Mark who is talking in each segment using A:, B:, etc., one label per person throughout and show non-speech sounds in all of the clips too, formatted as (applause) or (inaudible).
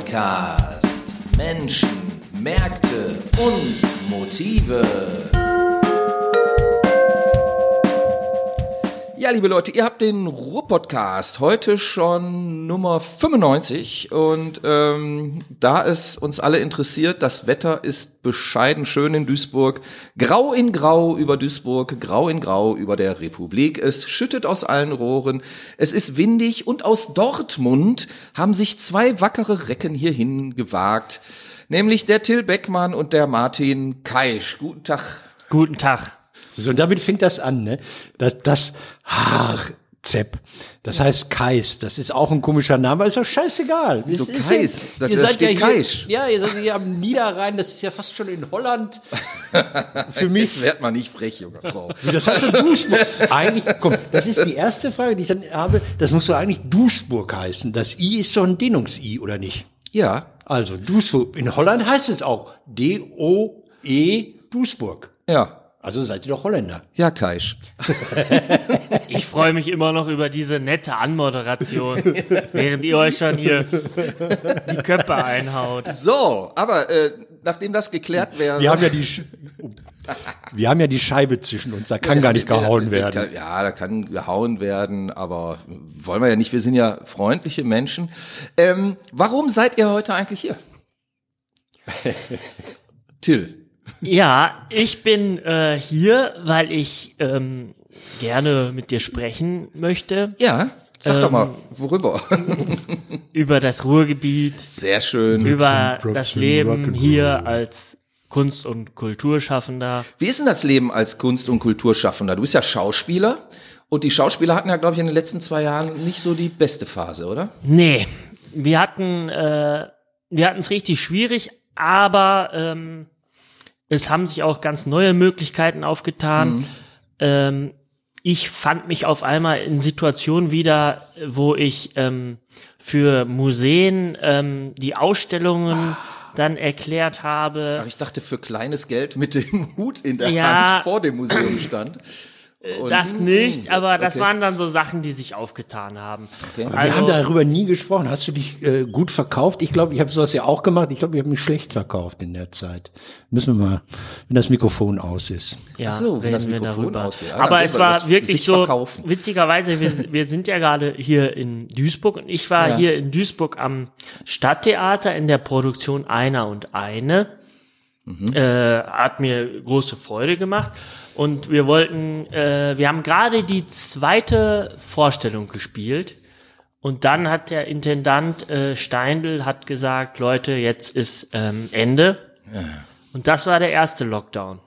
A: Podcast Menschen, Märkte und Motive. Ja, liebe Leute, ihr habt den Ruhr-Podcast heute schon Nummer 95 und ähm, da es uns alle interessiert, das Wetter ist bescheiden schön in Duisburg, grau in grau über Duisburg, grau in grau über der Republik, es schüttet aus allen Rohren, es ist windig und aus Dortmund haben sich zwei wackere Recken hierhin gewagt, nämlich der Till Beckmann und der Martin Keisch. Guten Tag.
B: Guten Tag.
C: So, und damit fängt das an, ne? Das, das Haarzepp. Das heißt Kais. Das ist auch ein komischer Name, aber ist doch scheißegal.
A: Wieso
C: Es ist
A: Kais? Da-
C: Ja,
A: da
C: ihr seid ja
A: steht
C: hier,
A: Kais.
C: ja, ihr seid hier am Niederrhein, das ist ja fast schon
A: (laughs)
C: in Holland. Für mich.
A: Jetzt werd mal nicht frech, junge Frau.
C: Das hast du Duisburg. Eigentlich, komm, das ist die erste Frage, die ich dann habe. Das muss doch eigentlich Duisburg heißen. Das I ist doch ein Dehnungs-I, oder nicht?
A: Ja,
C: Also, Duisburg. In Holland heißt es auch D-O-E Duisburg.
A: ja.
C: Also seid ihr doch Holländer.
A: Ja, Kaisch.
B: Ich freue mich immer noch über diese nette Anmoderation, während ihr euch schon hier die Köpfe einhaut.
A: So, aber äh, nachdem das geklärt wäre.
C: Wir haben ja die, Sch wir haben ja die Scheibe zwischen uns, da kann gar nicht gehauen werden.
A: Ja, da kann gehauen werden, aber wollen wir ja nicht. Wir sind ja freundliche Menschen. Ähm, warum seid ihr heute eigentlich
C: (laughs)
A: hier? Till.
B: Ja, ich bin äh, hier, weil ich ähm, gerne mit dir sprechen möchte
A: Ja, sag
C: Ähm.
A: doch mal, worüber?
B: über das Ruhrgebiet,
A: Sehr schön.
B: über
C: Drops
B: das
C: in
B: Leben
C: Rock'n'Roll.
B: hier als Kunst- und Kulturschaffender.
A: Wie ist denn das Leben als Kunst- und Kulturschaffender? Du bist ja Schauspieler und die Schauspieler hatten ja, glaube ich, in den letzten zwei Jahren nicht so die beste Phase, oder?
B: Nee, wir hatten äh, wir hatten es richtig schwierig, aber ähm, es haben sich auch ganz neue Möglichkeiten aufgetan.
A: Mhm.
B: Ähm, ich fand mich auf einmal in Situationen wieder, wo ich ähm, für Museen ähm, die
A: Ah.
B: Ausstellungen dann erklärt habe.
A: Aber ich dachte, für kleines Geld mit dem (laughs) Hut in der
B: Ja. Äh,
A: Hand vor dem Museum stand. Und- hm,
B: Das nicht, aber das
A: Mhm. okay.
B: waren dann so Sachen, die sich aufgetan haben. Also,
A: Okay.
C: Wir haben darüber nie gesprochen. Hast du dich äh, gut verkauft? Ich glaube, ich habe sowas ja auch gemacht. Ich glaube, ich habe mich schlecht verkauft in der Zeit. Müssen wir mal, wenn das Mikrofon aus ist.
B: Ja,
A: Ach so, wenn das
B: reden wir
A: Mikrofon
B: darüber.
A: ausgeht. Ja, dann
B: Aber
A: reden
B: es
A: wir über das
B: war wirklich
A: sich
B: so,
A: verkaufen.
B: witzigerweise, wir, wir sind ja gerade hier in Duisburg und ich war
A: Ja.
B: hier in Duisburg am Stadttheater in der Produktion Einer und Eine.
A: Mhm.
B: Äh, hat mir große Freude gemacht und wir wollten, äh, wir haben gerade die zweite Vorstellung gespielt und dann hat der Intendant äh, Steindl hat gesagt, Leute, jetzt ist ähm, Ende und das war der erste Lockdown.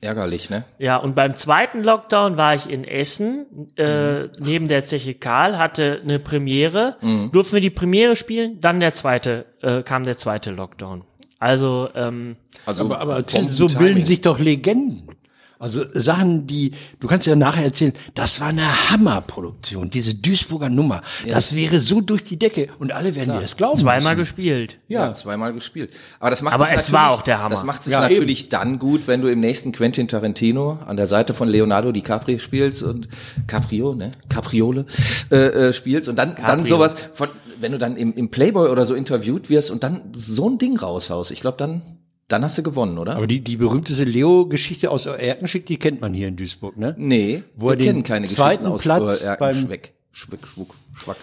A: Ärgerlich, ne?
B: Ja, und beim zweiten Lockdown war ich in Essen, äh,
C: Mhm.
B: neben der Zeche Karl, hatte eine Premiere,
C: Mhm.
B: durften wir die Premiere spielen, dann der zweite, äh, kam der zweite Lockdown. Also, ähm,
A: Also
C: Aber, aber Till, so bilden sich doch Legenden. Also Sachen, die, du kannst ja nachher erzählen, das war eine Hammerproduktion, diese Duisburger Nummer. Das wäre so durch die Decke und alle werden dir das glauben.
B: zweimal
C: müssen.
B: gespielt.
A: ja.
C: Ja.
A: zweimal gespielt. Aber das macht
B: Aber
A: sich
B: es
A: natürlich-
B: war auch der Hammer.
A: Das macht sich
C: Ja,
A: natürlich dann gut, wenn du im nächsten Quentin Tarantino an der Seite von Leonardo DiCaprio spielst und Caprio, ne? Capriole äh, äh, spielst und dann dann
B: Caprio.
A: sowas von wenn du dann im, im Playboy oder so interviewt wirst und dann so ein Ding raushaust. Ich glaube, dann dann hast du gewonnen, oder?
C: Aber die, die berühmteste Leo-Geschichte aus Erkenschick, die kennt man hier in Duisburg, ne?
A: Nee,
C: Wo
A: wir
C: er den
A: kennen keine
C: zweiten
A: Geschichten aus
C: Platz
A: Oererken-
C: beim-
A: Schweck, Schweck, Schwuck, Schwack.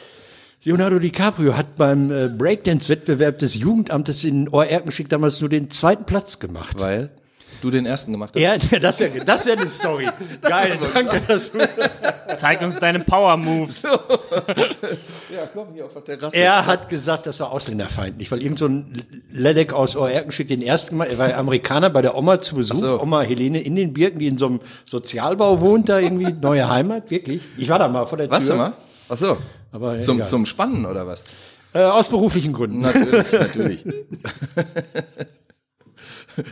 C: Leonardo DiCaprio hat beim äh, Breakdance-Wettbewerb des Jugendamtes in Ohr-Erkenschick damals nur den zweiten Platz gemacht.
A: Weil du den ersten gemacht hast.
C: Ja, (laughs) das wäre das wär eine Story. Geil, danke. Dass du,
B: Zeig uns deine Power Moves.
A: Ja, komm hier auf der Terrasse.
C: er hat gesagt, das war ausländerfeindlich, weil irgend so ein Ledek aus Ohr-Erkenschick den ersten Mal, er war ja Amerikaner bei der Oma zu Besuch,
A: so.
C: Oma Helene in den Birken, die in so einem Sozialbau wohnt, da irgendwie, (laughs) neue Heimat, wirklich. Ich war da mal vor der
A: Was
C: Tür.
A: immer? Ach so.
C: Aber
A: zum,
C: egal.
A: zum Spannen oder was?
C: Äh, aus beruflichen Gründen. (laughs)
A: Natürlich, natürlich.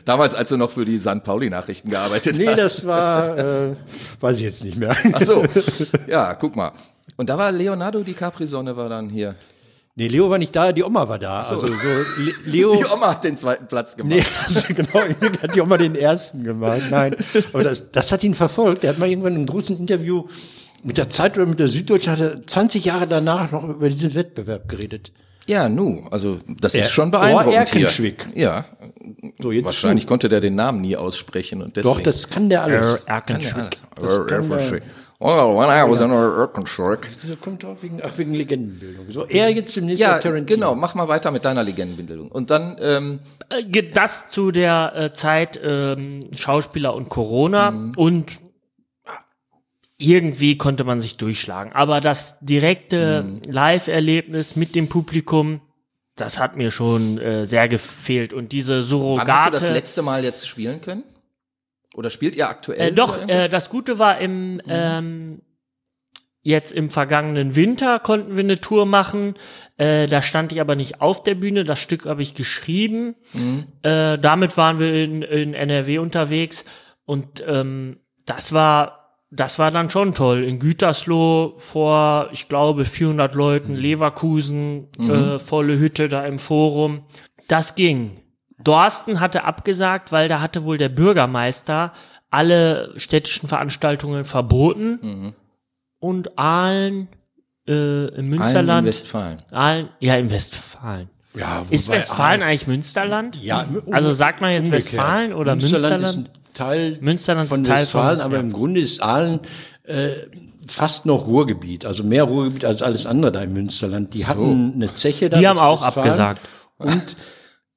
A: Damals, als du noch für die St. Pauli-Nachrichten gearbeitet
C: Nee,
A: hast.
C: das war, äh, weiß ich jetzt nicht mehr.
A: Ach so. Ja, guck mal. Und da war Leonardo DiCaprio Sonne war dann hier.
C: Nee, Leo war nicht da, die Oma war da. Also so, (laughs) Le Leo.
A: Die Oma hat den zweiten Platz
C: (laughs)
A: gemacht.
C: Nee, also genau, irgendwie hat die Oma den ersten gemacht. Nein. Aber das, das hat ihn verfolgt. Er hat mal irgendwann in einem großen Interview mit der Zeit oder mit der Süddeutschen hat er 20 Jahre danach noch über diesen Wettbewerb geredet.
A: Ja, nu, also das
C: Er-
A: ist schon
C: Ohr
A: beeindruckend hier.
C: Erkenschwick.
A: Ja,
C: So, jetzt
A: wahrscheinlich
C: du.
A: konnte der den Namen nie aussprechen und deswegen.
C: Doch, das kann der alles.
A: Das kann der- Oh, when I was in Erkenschwick.
C: Das Also kommt auch wegen, ach, wegen Legendenbildung. So, er jetzt demnächst
A: Ja,
C: der Tarantino.
A: genau, mach mal weiter mit deiner Legendenbildung. Und dann, ähm,
B: Äh, ge- Das zu der äh, Zeit ähm, Schauspieler und Corona
A: Mhm.
B: und irgendwie konnte man sich durchschlagen. Aber das direkte
A: Mhm.
B: Live-Erlebnis mit dem Publikum, das hat mir schon äh, sehr gefehlt. Und diese
A: wann
B: Surrogate.
A: hast du das letzte Mal jetzt spielen können? Oder spielt ihr aktuell?
B: Äh, doch,
A: irgendwas?
B: äh, das Gute war im
A: Mhm.
B: ähm, jetzt im vergangenen Winter konnten wir eine Tour machen. Äh, da stand ich aber nicht auf der Bühne. Das Stück habe ich geschrieben. Äh, damit waren wir in, in NRW unterwegs und ähm, das war das war dann schon toll. In Gütersloh vor, ich glaube, 400 Leuten, Leverkusen, äh, volle Hütte da im Forum. Das ging. Dorsten hatte abgesagt, weil da hatte wohl der Bürgermeister alle städtischen Veranstaltungen verboten. Und Aalen äh, im
A: Allen in
B: Münsterland.
A: Westfalen.
B: Aalen, ja, in Westfalen.
C: Ja,
B: Ist
C: wobei-
B: Westfalen eigentlich Münsterland?
C: Ja, um-
B: Also sagt man jetzt
C: umgekehrt.
B: Westfalen oder Münsterland?
C: Ist ein Teil
B: Münsterland ist
C: von
B: Teil von-
C: Westfalen, aber
B: ja.
C: im Grunde ist Aalen äh, fast noch Ruhrgebiet, also mehr Ruhrgebiet als alles andere da im Münsterland. Die hatten eine Zeche da.
B: Die
C: das
B: haben auch
C: Westfalen.
B: abgesagt.
C: Und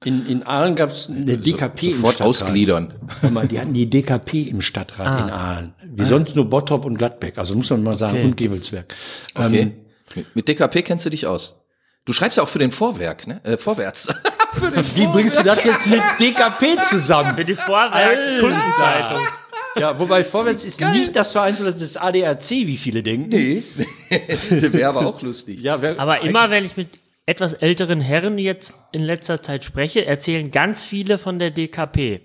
C: in, in Aalen gab es eine DKP im
A: Sofort
C: Stadtrat.
A: ausgliedern.
C: Guck mal, die hatten die DKP im Stadtrat in Aalen. Wie sonst nur Bottrop und Gladbeck. Also muss man mal sagen,
B: Ah. Okay.
C: und Gevelsberg.
A: Okay.
C: Ähm,
A: mit, mit DKP kennst du dich aus. Du schreibst ja auch für den Vorwerk, ne? Äh, vorwärts. (laughs) für den
C: wie bringst du das jetzt mit DKP zusammen?
B: Für die Vorwerk Kundenzeitung.
C: Ja, wobei Vorwärts ist nicht das Vereinslose des ADAC, wie viele denken.
A: Nee. Der wäre aber auch lustig.
C: Ja, wer,
B: Aber immer, wenn ich mit etwas älteren Herren jetzt in letzter Zeit spreche, erzählen ganz viele von der DKP.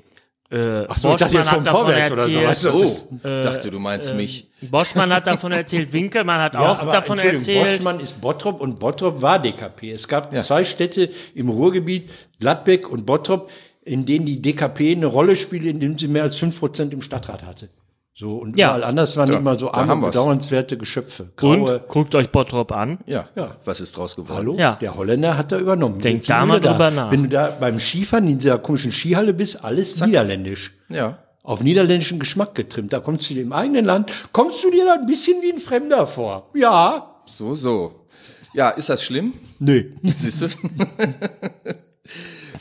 B: Äh, Ach
C: so, ich dachte jetzt vom Vorwärts oder so, weißt du, das
A: Oh,
C: ist-
A: dachte, du meinst mich.
B: Boschmann hat davon erzählt, Winkelmann hat
C: Ja,
B: auch
C: aber
B: davon
C: Entschuldigung,
B: erzählt.
C: Boschmann ist Bottrop und Bottrop war DKP. Es gab zwei Städte im Ruhrgebiet, Gladbeck und Bottrop, in denen die DKP eine Rolle spielte, indem sie mehr als 5% im Stadtrat hatte. So, und
B: Ja.
C: überall anders waren
A: Ja,
C: immer so
A: da haben
C: arme,
A: wir's.
C: bedauernswerte Geschöpfe.
B: Und guckt euch Bottrop an.
A: Ja.
C: Ja.
A: Was ist draus geworden?
C: Hallo?
B: Ja.
C: Der Holländer hat da übernommen.
B: Denk
C: Jetzt sind
B: da
C: wir
B: mal
C: wieder
B: drüber nach.
C: Wenn du da beim Skifahren in dieser komischen Skihalle bist, alles niederländisch.
A: Ja.
C: Auf niederländischen Geschmack getrimmt. Da kommst du dir im eigenen Land, kommst du dir da ein bisschen wie ein Fremder vor. Ja.
A: So, so. Ja, ist das schlimm?
C: Nee.
A: Siehst du? (laughs)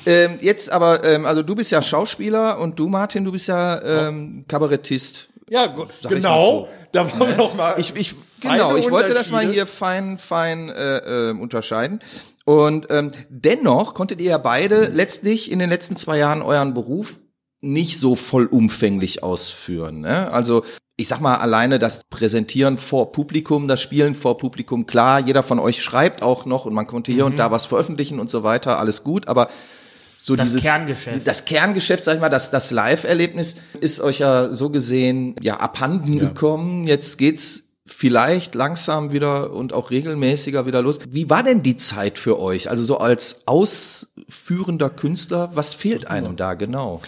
A: ähm, jetzt aber, ähm, also du bist ja Schauspieler und du, Martin, du bist ja ähm, Kabarettist.
C: Ja, go-
A: Sag ich
C: genau. Da wollen wir noch mal.
A: Ich, ich,
C: Feine
A: genau, ich wollte das mal
C: Unterschiede.
A: hier fein, fein äh, äh, unterscheiden. Und ähm, dennoch konntet ihr ja beide letztlich in den letzten zwei Jahren euren Beruf nicht so vollumfänglich ausführen. Ne? Also ich sag mal alleine das Präsentieren vor Publikum, das Spielen vor Publikum, klar, jeder von euch schreibt auch noch und man konnte
C: Mhm.
A: hier und da was veröffentlichen und so weiter, alles gut, aber so
B: Das
A: dieses
B: Kerngeschäft.
A: das Kerngeschäft, sag ich mal, das, das Live-Erlebnis ist euch ja so gesehen ja abhanden gekommen. Jetzt geht's vielleicht langsam wieder und auch regelmäßiger wieder los. Wie war denn die Zeit für euch? Also so als ausführender Künstler, was fehlt einem da genau?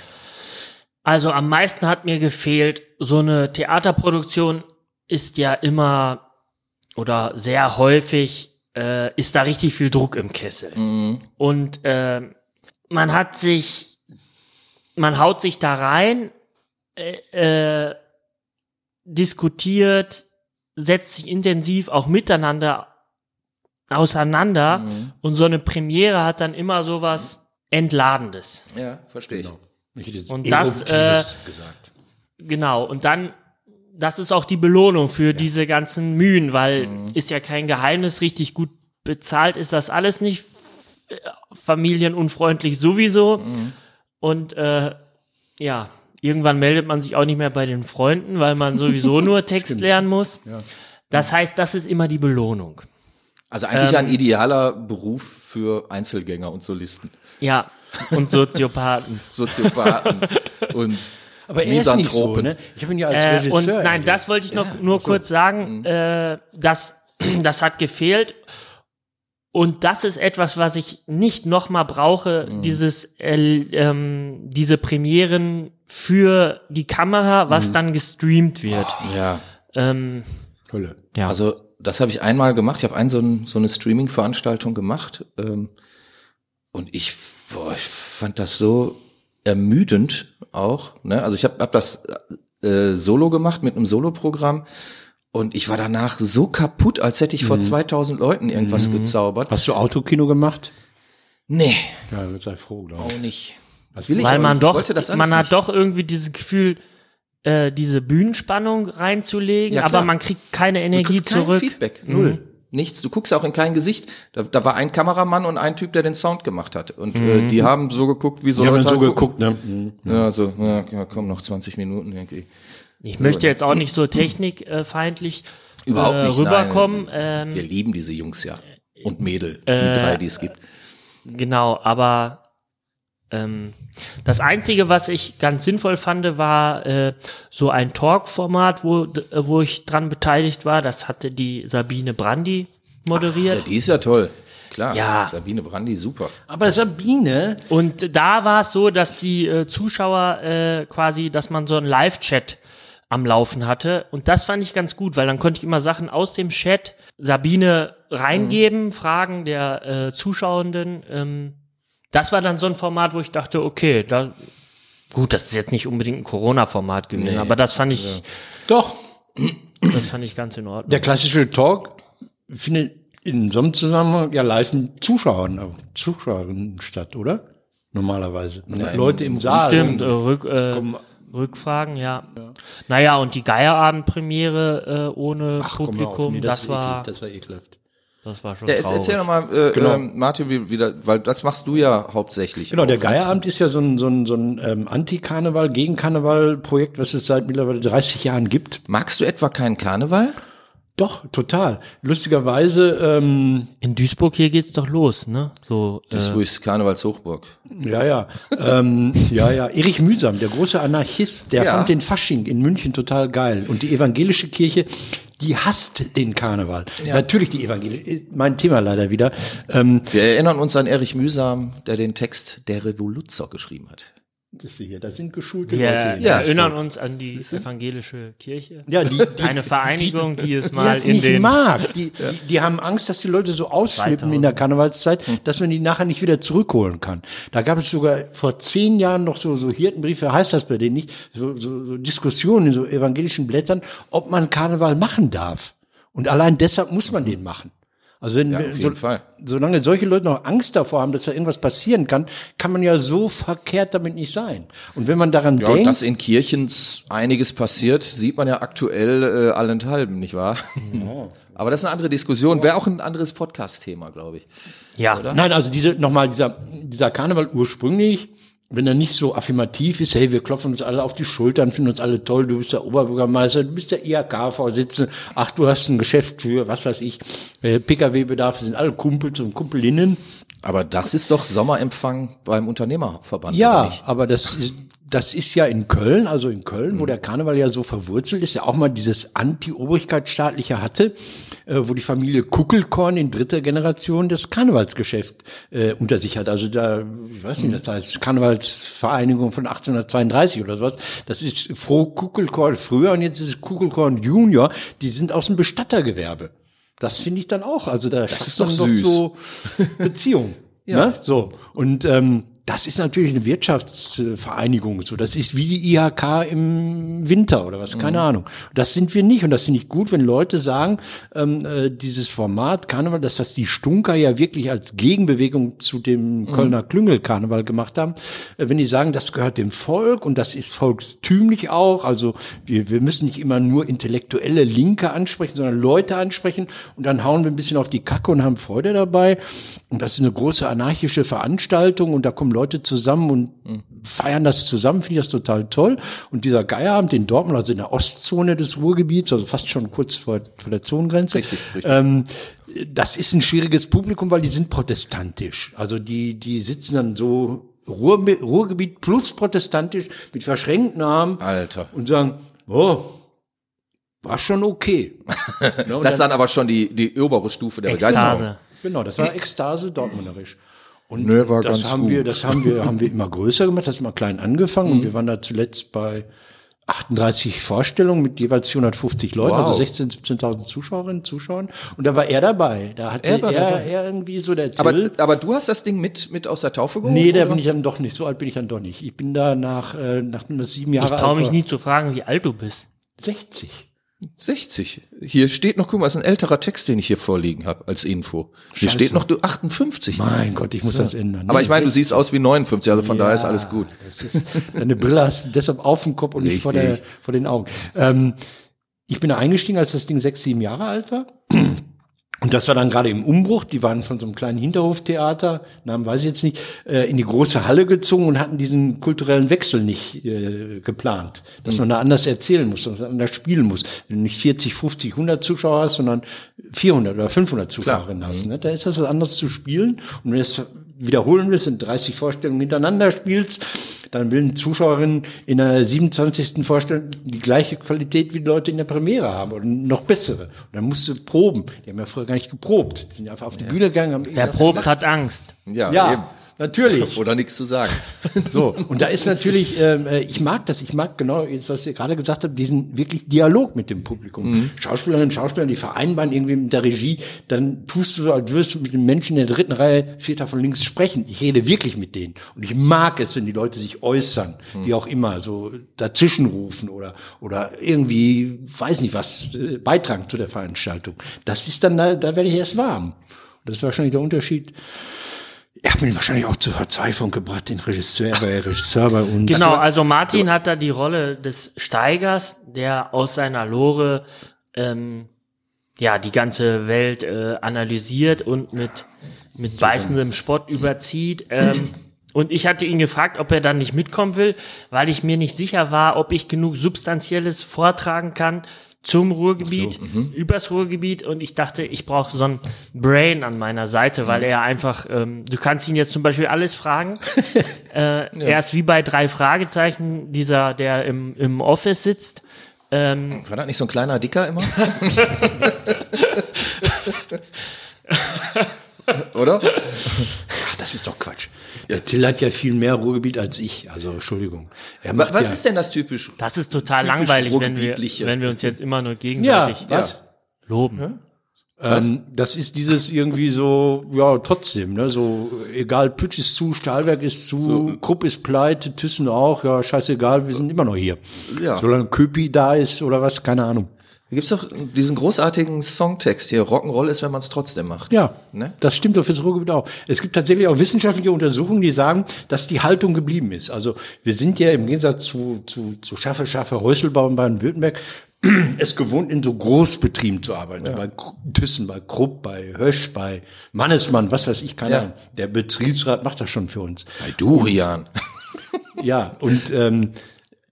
B: Also am meisten hat mir gefehlt, so eine Theaterproduktion ist ja immer oder sehr häufig äh, ist da richtig viel Druck im Kessel.
A: Mhm.
B: Und äh, man hat sich, man haut sich da rein, äh, äh, diskutiert, setzt sich intensiv auch miteinander auseinander
A: Mhm.
B: und so eine Premiere hat dann immer sowas Entladendes.
A: Ja, verstehe
C: Genau.
A: ich.
C: Ich hätte jetzt
B: Und das,
C: Eruptives gesagt.
B: Genau, und dann, das ist auch die Belohnung für diese ganzen Mühen, weil ist ja kein Geheimnis, richtig gut bezahlt ist das alles nicht, f- äh, familienunfreundlich sowieso. Und äh, ja, irgendwann meldet man sich auch nicht mehr bei den Freunden, weil man sowieso nur Text lernen muss. Das heißt, das ist immer die Belohnung.
A: Also eigentlich
B: Ähm.
A: ein idealer Beruf für Einzelgänger und Solisten,
B: Ja, und Soziopathen.
A: Soziopathen und
C: Aber er ist nicht so,
A: Misanthropen.
C: ne? Ich habe ihn ja als
B: Äh,
C: Regisseur.
B: und nein,
C: erlebt.
B: das wollte ich noch nur
A: also,
B: kurz sagen.
A: mhm.
B: Äh, das, (clears throat) das hat gefehlt. Und das ist etwas, was ich nicht nochmal brauche,
A: Mhm.
B: dieses, äh, ähm, diese
A: Mhm.
B: Premieren für die Kamera, was dann gestreamt wird.
A: Ja.
B: Ähm,
C: Hölle.
B: Ja.
A: Ah. Also das habe ich einmal gemacht. Ich habe ein, so, ein, so eine Streaming-Veranstaltung gemacht ähm, und ich, boah, ich fand das so ermüdend auch. Ne? Also ich habe hab das äh, Solo gemacht mit einem Solo-Programm und ich war danach so kaputt, als hätte ich vor
B: Mhm.
A: 2000 Leuten irgendwas gezaubert.
C: Hast du Autokino gemacht?
A: Nee,
C: Ja, sei froh, glaube
A: auch nicht.
C: Was
A: Will ich
B: Weil
A: aber
B: man
A: nicht.
B: doch,
A: Wollte das alles
B: man hat
A: nicht.
B: doch irgendwie dieses Gefühl, äh, diese Bühnenspannung reinzulegen,
A: Ja, klar.
B: aber man kriegt keine
A: Du
B: Energie
A: kriegst kein
B: zurück.
A: Feedback, null. Nichts, du guckst auch in kein Gesicht. Da, da war ein Kameramann und ein Typ, der den Sound gemacht hat. Und äh, die haben so geguckt, wie so
C: Die haben
A: Leute
C: dann so
A: halt gucken.
C: geguckt, ne?
A: Ja, so, ja, ja, komm, noch 20 Minuten irgendwie.
B: Ich möchte jetzt
A: (clears throat)
B: auch nicht so technikfeindlich
A: ne? Überhaupt
B: äh,
A: nicht,
B: rüberkommen.
A: Wir
B: Ähm,
A: lieben diese Jungs ja. Und Mädel, die
B: Äh,
A: drei, die es gibt.
B: genau, aber ähm, das Einzige, was ich ganz sinnvoll fand, war äh, so ein Talk-Format, wo, d- äh, wo ich dran beteiligt war. Das hatte die Sabine Brandi
A: Ja,
B: moderiert.
A: die ist ja toll. Klar.
B: Ja.
A: Sabine Brandi, super.
C: Aber Sabine,
B: Und da war es so, dass die äh, Zuschauer äh, quasi, dass man so einen Live-Chat am Laufen hatte. Und das fand ich ganz gut, weil dann konnte ich immer Sachen aus dem Chat Sabine reingeben,
C: Mhm.
B: Fragen der äh, Zuschauenden. Ähm, das war dann so ein Format, wo ich dachte, okay, da, gut, das ist jetzt nicht unbedingt ein Corona-Format gewesen,
A: Nee.
B: aber das fand ich,
C: doch,
B: das fand ich ganz in Ordnung.
C: der klassische Talk findet in so einem Zusammenhang ja live mit Zuschauern, äh, Zuschauerinnen statt, oder? Normalerweise. Ne? Leute im Saal.
B: Stimmt, äh, rück, äh, Rückfragen, ja. Naja, und die Geierabend-Premiere äh, ohne
C: Ach, komm mal auf,
B: Publikum,
C: nee,
B: das,
C: ist
B: war,
C: eklig, das war ekelhaft.
B: das war schon
A: Ja,
B: ja,
A: jetzt
B: traurig.
A: erzähl doch mal, äh,
C: Genau.
A: ähm, Martin, wie, wie da, weil das machst du ja hauptsächlich.
C: Genau,
A: auch,
C: der
A: ne?
C: Geierabend ist ja so ein, so ein, so ein ähm, Anti-Karneval, Gegen-Karneval-Projekt, was es seit mittlerweile 30 Jahren gibt.
A: Magst du etwa keinen Karneval?
C: Doch, total. Lustigerweise, ähm,
B: In Duisburg hier geht's doch los, ne? So,
A: Das
B: äh,
A: ist ruhig Karnevalshochburg.
C: ja, ja, ähm, ja, ja, Erich Mühsam, der große Anarchist, der
A: Ja.
C: fand den Fasching in München total geil. Und die evangelische Kirche, die hasst den Karneval. Natürlich die evangelische, mein Thema leider wieder. Ähm,
A: Wir erinnern uns an Erich Mühsam, der den Text Der Revoluzer geschrieben hat.
C: das hier, das sind geschulte
B: wir
C: Leute.
A: Ja,
B: erinnern uns an die evangelische Kirche.
C: Ja, die, die,
B: Eine Vereinigung, die, es
C: die
B: mal
C: das
B: in
C: nicht
B: den.
C: mag. Die, die, die haben Angst, dass die Leute so ausflippen
B: 2000.
C: in der Karnevalszeit,
A: Hm.
C: dass man die nachher nicht wieder zurückholen kann. Da gab es sogar vor zehn Jahren noch so, so Hirtenbriefe, heißt das bei denen nicht, so, so, so Diskussionen in so evangelischen Blättern, ob man Karneval machen darf. Und allein deshalb muss man den machen. Also wenn,
A: auf jeden
C: so,
A: Fall.
C: solange solche Leute noch Angst davor haben, dass da irgendwas passieren kann, kann man ja so verkehrt damit nicht sein. Und wenn man daran
A: Ja, und
C: denkt,
A: dass in Kirchen einiges passiert, sieht man ja aktuell äh, allenthalben, nicht wahr? (laughs) Aber das ist eine andere Diskussion. Wäre auch ein anderes Podcast-Thema, glaube ich.
B: Ja,
C: Nein, also diese, nochmal, dieser, dieser Karneval ursprünglich, wenn er nicht so affirmativ ist, hey, wir klopfen uns alle auf die Schultern, finden uns alle toll, du bist der Oberbürgermeister, du bist der IHK-Vorsitzende, ach, du hast ein Geschäft für, was weiß ich, äh, Pkw-Bedarf, sind alle Kumpels und Kumpelinnen.
A: Aber das ist doch Sommerempfang beim Unternehmerverband. oder
C: Ja,
A: nicht? Mhm.
C: aber das ist, das ist ja in Köln, also in Köln, wo der Karneval ja so verwurzelt ist, ja auch mal dieses Anti-Obrigkeitsstaatliche hatte, äh, wo die Familie Kuckelkorn in dritter Generation das Karnevalsgeschäft äh, unter sich hat. Also da, ich weiß
A: Mhm.
C: nicht, das heißt Karnevalsvereinigung von 1832 oder sowas. Das ist Froh Kuckelkorn früher und jetzt ist es Kuckelkorn Junior. Die sind aus dem Bestattergewerbe. Das finde ich dann auch. Also da das
A: ist doch süß. (laughs)
C: so Beziehung. ja. Ne? So. Und ähm, das ist natürlich eine Wirtschaftsvereinigung. So, das ist wie die IHK im Winter oder was,
A: Mhm.
C: keine Ahnung. Das sind wir nicht. Und das finde ich gut, wenn Leute sagen, ähm, äh, dieses Format Karneval, das, was die Stunker ja wirklich als Gegenbewegung zu dem
A: Mhm.
C: Kölner Klüngel-Karneval gemacht haben, äh, wenn die sagen, das gehört dem Volk und das ist volkstümlich auch. Also wir, wir müssen nicht immer nur intellektuelle Linke ansprechen, sondern Leute ansprechen und dann hauen wir ein bisschen auf die Kacke und haben Freude dabei. Und das ist eine große anarchische Veranstaltung und da kommen Leute zusammen und feiern das zusammen, finde ich das total toll. Und dieser Geierabend in Dortmund, also in der Ostzone des Ruhrgebiets, also fast schon kurz vor, vor der Zonengrenze,
A: Richtig, richtig.
C: ähm, das ist ein schwieriges Publikum, weil die sind protestantisch. Also die, die sitzen dann so Ruhr, Ruhrgebiet plus protestantisch mit verschränkten Armen
A: Alter.
C: und sagen, oh, war schon okay. Ne, und
A: Das ist dann aber schon die, die obere Stufe der Begeisterung.
B: Ekstase.
C: Genau, das war Ekstase Dortmunderisch. Und
A: Nö, war
C: das
A: ganz
C: haben
A: gut.
C: wir, das haben wir, haben wir immer größer gemacht, das haben wir klein angefangen und wir waren da zuletzt bei 38 Vorstellungen mit jeweils 450 Leuten,
A: Wow.
C: also 16.000, 17.000 Zuschauerinnen, Zuschauern. Und da war er dabei. Da hatte
A: Er
C: er,
A: war
C: er,
A: dabei.
C: irgendwie so der Till.
A: Aber, aber du hast das Ding mit, mit aus der Taufe geholt?
C: nee, da
A: oder?
C: bin ich dann doch nicht. So alt bin ich dann doch nicht. Ich bin da nach, äh, nachdem das sieben
B: Ich
C: Jahre
B: traue mich
C: war,
B: nie zu fragen, wie alt du bist.
C: 60.
A: 60. Hier steht noch, guck mal, das ist ein älterer Text, den ich hier vorliegen habe als Info. Hier
C: Scheiße.
A: steht noch du 58.
C: Mein Gott, ich muss das ändern.
A: Aber ich meine, du siehst aus wie 59, also von daher ist alles gut.
C: Das ist, deine Brille hast deshalb auf dem Kopf und nicht vor, der,
A: Richtig.
C: vor den Augen. Ähm, ich bin da eingestiegen, als das Ding sechs, sieben Jahre alt war. Und das war dann gerade im Umbruch. Die waren von so einem kleinen Hinterhoftheater, Namen weiß ich jetzt nicht, äh, in die große Halle gezogen und hatten diesen kulturellen Wechsel nicht äh, geplant. Dass man da anders erzählen muss, dass man anders spielen muss. Wenn du nicht 40, 50, 100 Zuschauer hast, sondern 400 oder 500 Zuschauerinnen hast.
A: Mhm.
C: Ne? Da ist das was anderes zu spielen. Und wenn du das wiederholen willst und 30 Vorstellungen hintereinander spielst, dann will ein Zuschauerin in der 27. Vorstellung die gleiche Qualität wie die Leute in der Premiere haben oder noch bessere. Und dann musst du proben. Die haben ja früher gar nicht geprobt. Die sind ja einfach auf die Bühne gegangen. Haben
B: Wer
C: irgendwas
B: probt, hat Angst.
A: Ja,
C: Ja,
A: eben.
C: natürlich.
A: Oder nichts zu (laughs) sagen.
C: So, und da ist natürlich, ähm, äh, ich mag das, ich mag genau jetzt, was ihr gerade gesagt habt, diesen wirklich Dialog mit dem Publikum. Schauspielerinnen und Schauspieler, die vereinbaren irgendwie mit der Regie, dann tust du so, als würdest du mit den Menschen in der dritten Reihe, vierter von links sprechen. Ich rede wirklich mit denen. Und ich mag es, wenn die Leute sich äußern, wie auch immer, so dazwischen rufen oder, oder irgendwie, weiß nicht was, äh, beitragen zu der Veranstaltung. Das ist dann, da, da werde ich erst warm. Und Das ist wahrscheinlich der Unterschied er hat mich wahrscheinlich auch zur Verzweiflung gebracht, den Regisseur, weil der Regisseur bei uns.
B: Genau, also Martin hat da die Rolle des Steigers, der aus seiner Lore ähm, ja die ganze Welt äh, analysiert und mit mit beißendem Spott überzieht. Ähm, und ich hatte ihn gefragt, ob er dann nicht mitkommen will, weil ich mir nicht sicher war, ob ich genug Substanzielles vortragen kann zum Ruhrgebiet, übers Ruhrgebiet. Und ich dachte, ich brauche so einen Brain an meiner Seite, weil er einfach, ähm, du kannst ihn jetzt zum Beispiel alles fragen. (laughs) Er ist wie bei drei Fragezeichen, dieser, der im, im Office sitzt. Ähm,
A: War das nicht so ein kleiner Dicker immer? (laughs) Oder?
C: Ach, das ist doch Quatsch. Der Till hat ja viel mehr Ruhrgebiet als ich. Also Entschuldigung. Er
A: Wa-
C: macht
A: Was
C: ja,
A: ist denn das typisch?
B: das ist total
A: Typisch
B: langweilig, wenn wir,
A: ruhrgebietliche.
B: wenn wir uns jetzt immer nur
C: ja,
B: gegenseitig
C: was?
B: loben.
C: Ähm, das ist dieses irgendwie so, ja, trotzdem, ne, so, egal, Pütz ist zu, Stahlwerk ist zu,
A: äh,
C: Krupp ist pleite, Thyssen auch, ja, scheißegal, wir sind immer noch hier.
A: Ja.
C: Solange Köpi da ist oder was, keine Ahnung.
A: Da gibt's doch diesen großartigen Songtext hier. Rock'n'Roll ist, wenn man es trotzdem macht.
C: Ja,
A: Ne?
C: das stimmt doch fürs Ruhrgebiet auch. Es gibt tatsächlich auch wissenschaftliche Untersuchungen, die sagen, dass die Haltung geblieben ist. Also wir sind ja im Gegensatz zu, zu, zu Schaffe, Schaffe, Häuselbau in Baden-Württemberg (clears throat) es gewohnt, in so Großbetrieben zu arbeiten. So Bei Kr- Thyssen, bei Krupp, bei Hösch, bei Mannesmann, was weiß ich, keine
A: Ja.
C: Ahnung. Der Betriebsrat macht das schon für uns.
A: Bei Durian.
C: Ja, und ähm,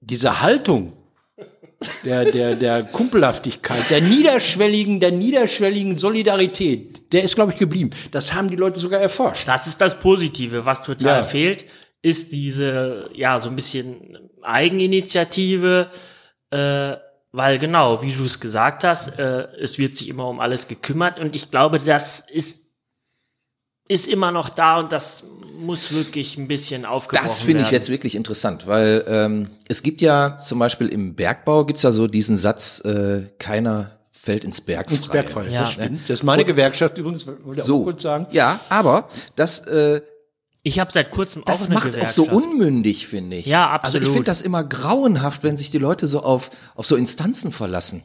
C: diese Haltung der, der, der Kumpelhaftigkeit, der niederschwelligen, der niederschwelligen Solidarität, der ist, glaube ich, geblieben. Das haben die Leute sogar erforscht.
B: Das ist das Positive. Was total
C: Ja.
B: fehlt, ist diese, ja, so ein bisschen Eigeninitiative, äh, weil genau, wie du es gesagt hast, äh, es wird sich immer um alles gekümmert und ich glaube, das ist, ist immer noch da und das muss wirklich ein bisschen aufgebrochen
A: Das finde ich
B: werden.
A: jetzt wirklich interessant, weil ähm, es gibt ja zum Beispiel im Bergbau gibt's ja so diesen Satz, äh, keiner fällt ins Bergfreie.
C: Ins Bergfeuer.
B: Ja.
C: Das, stimmt. das ist meine Gewerkschaft übrigens, wollte ich auch
A: So,
C: kurz sagen.
A: ja, aber das, äh,
B: Ich habe seit kurzem auch
A: das
B: eine
A: macht auch
B: Gewerkschaft.
A: so unmündig, finde ich.
B: Ja,
A: Also ich
B: absolut.
A: finde das immer grauenhaft, wenn sich die Leute so auf, auf so Instanzen verlassen.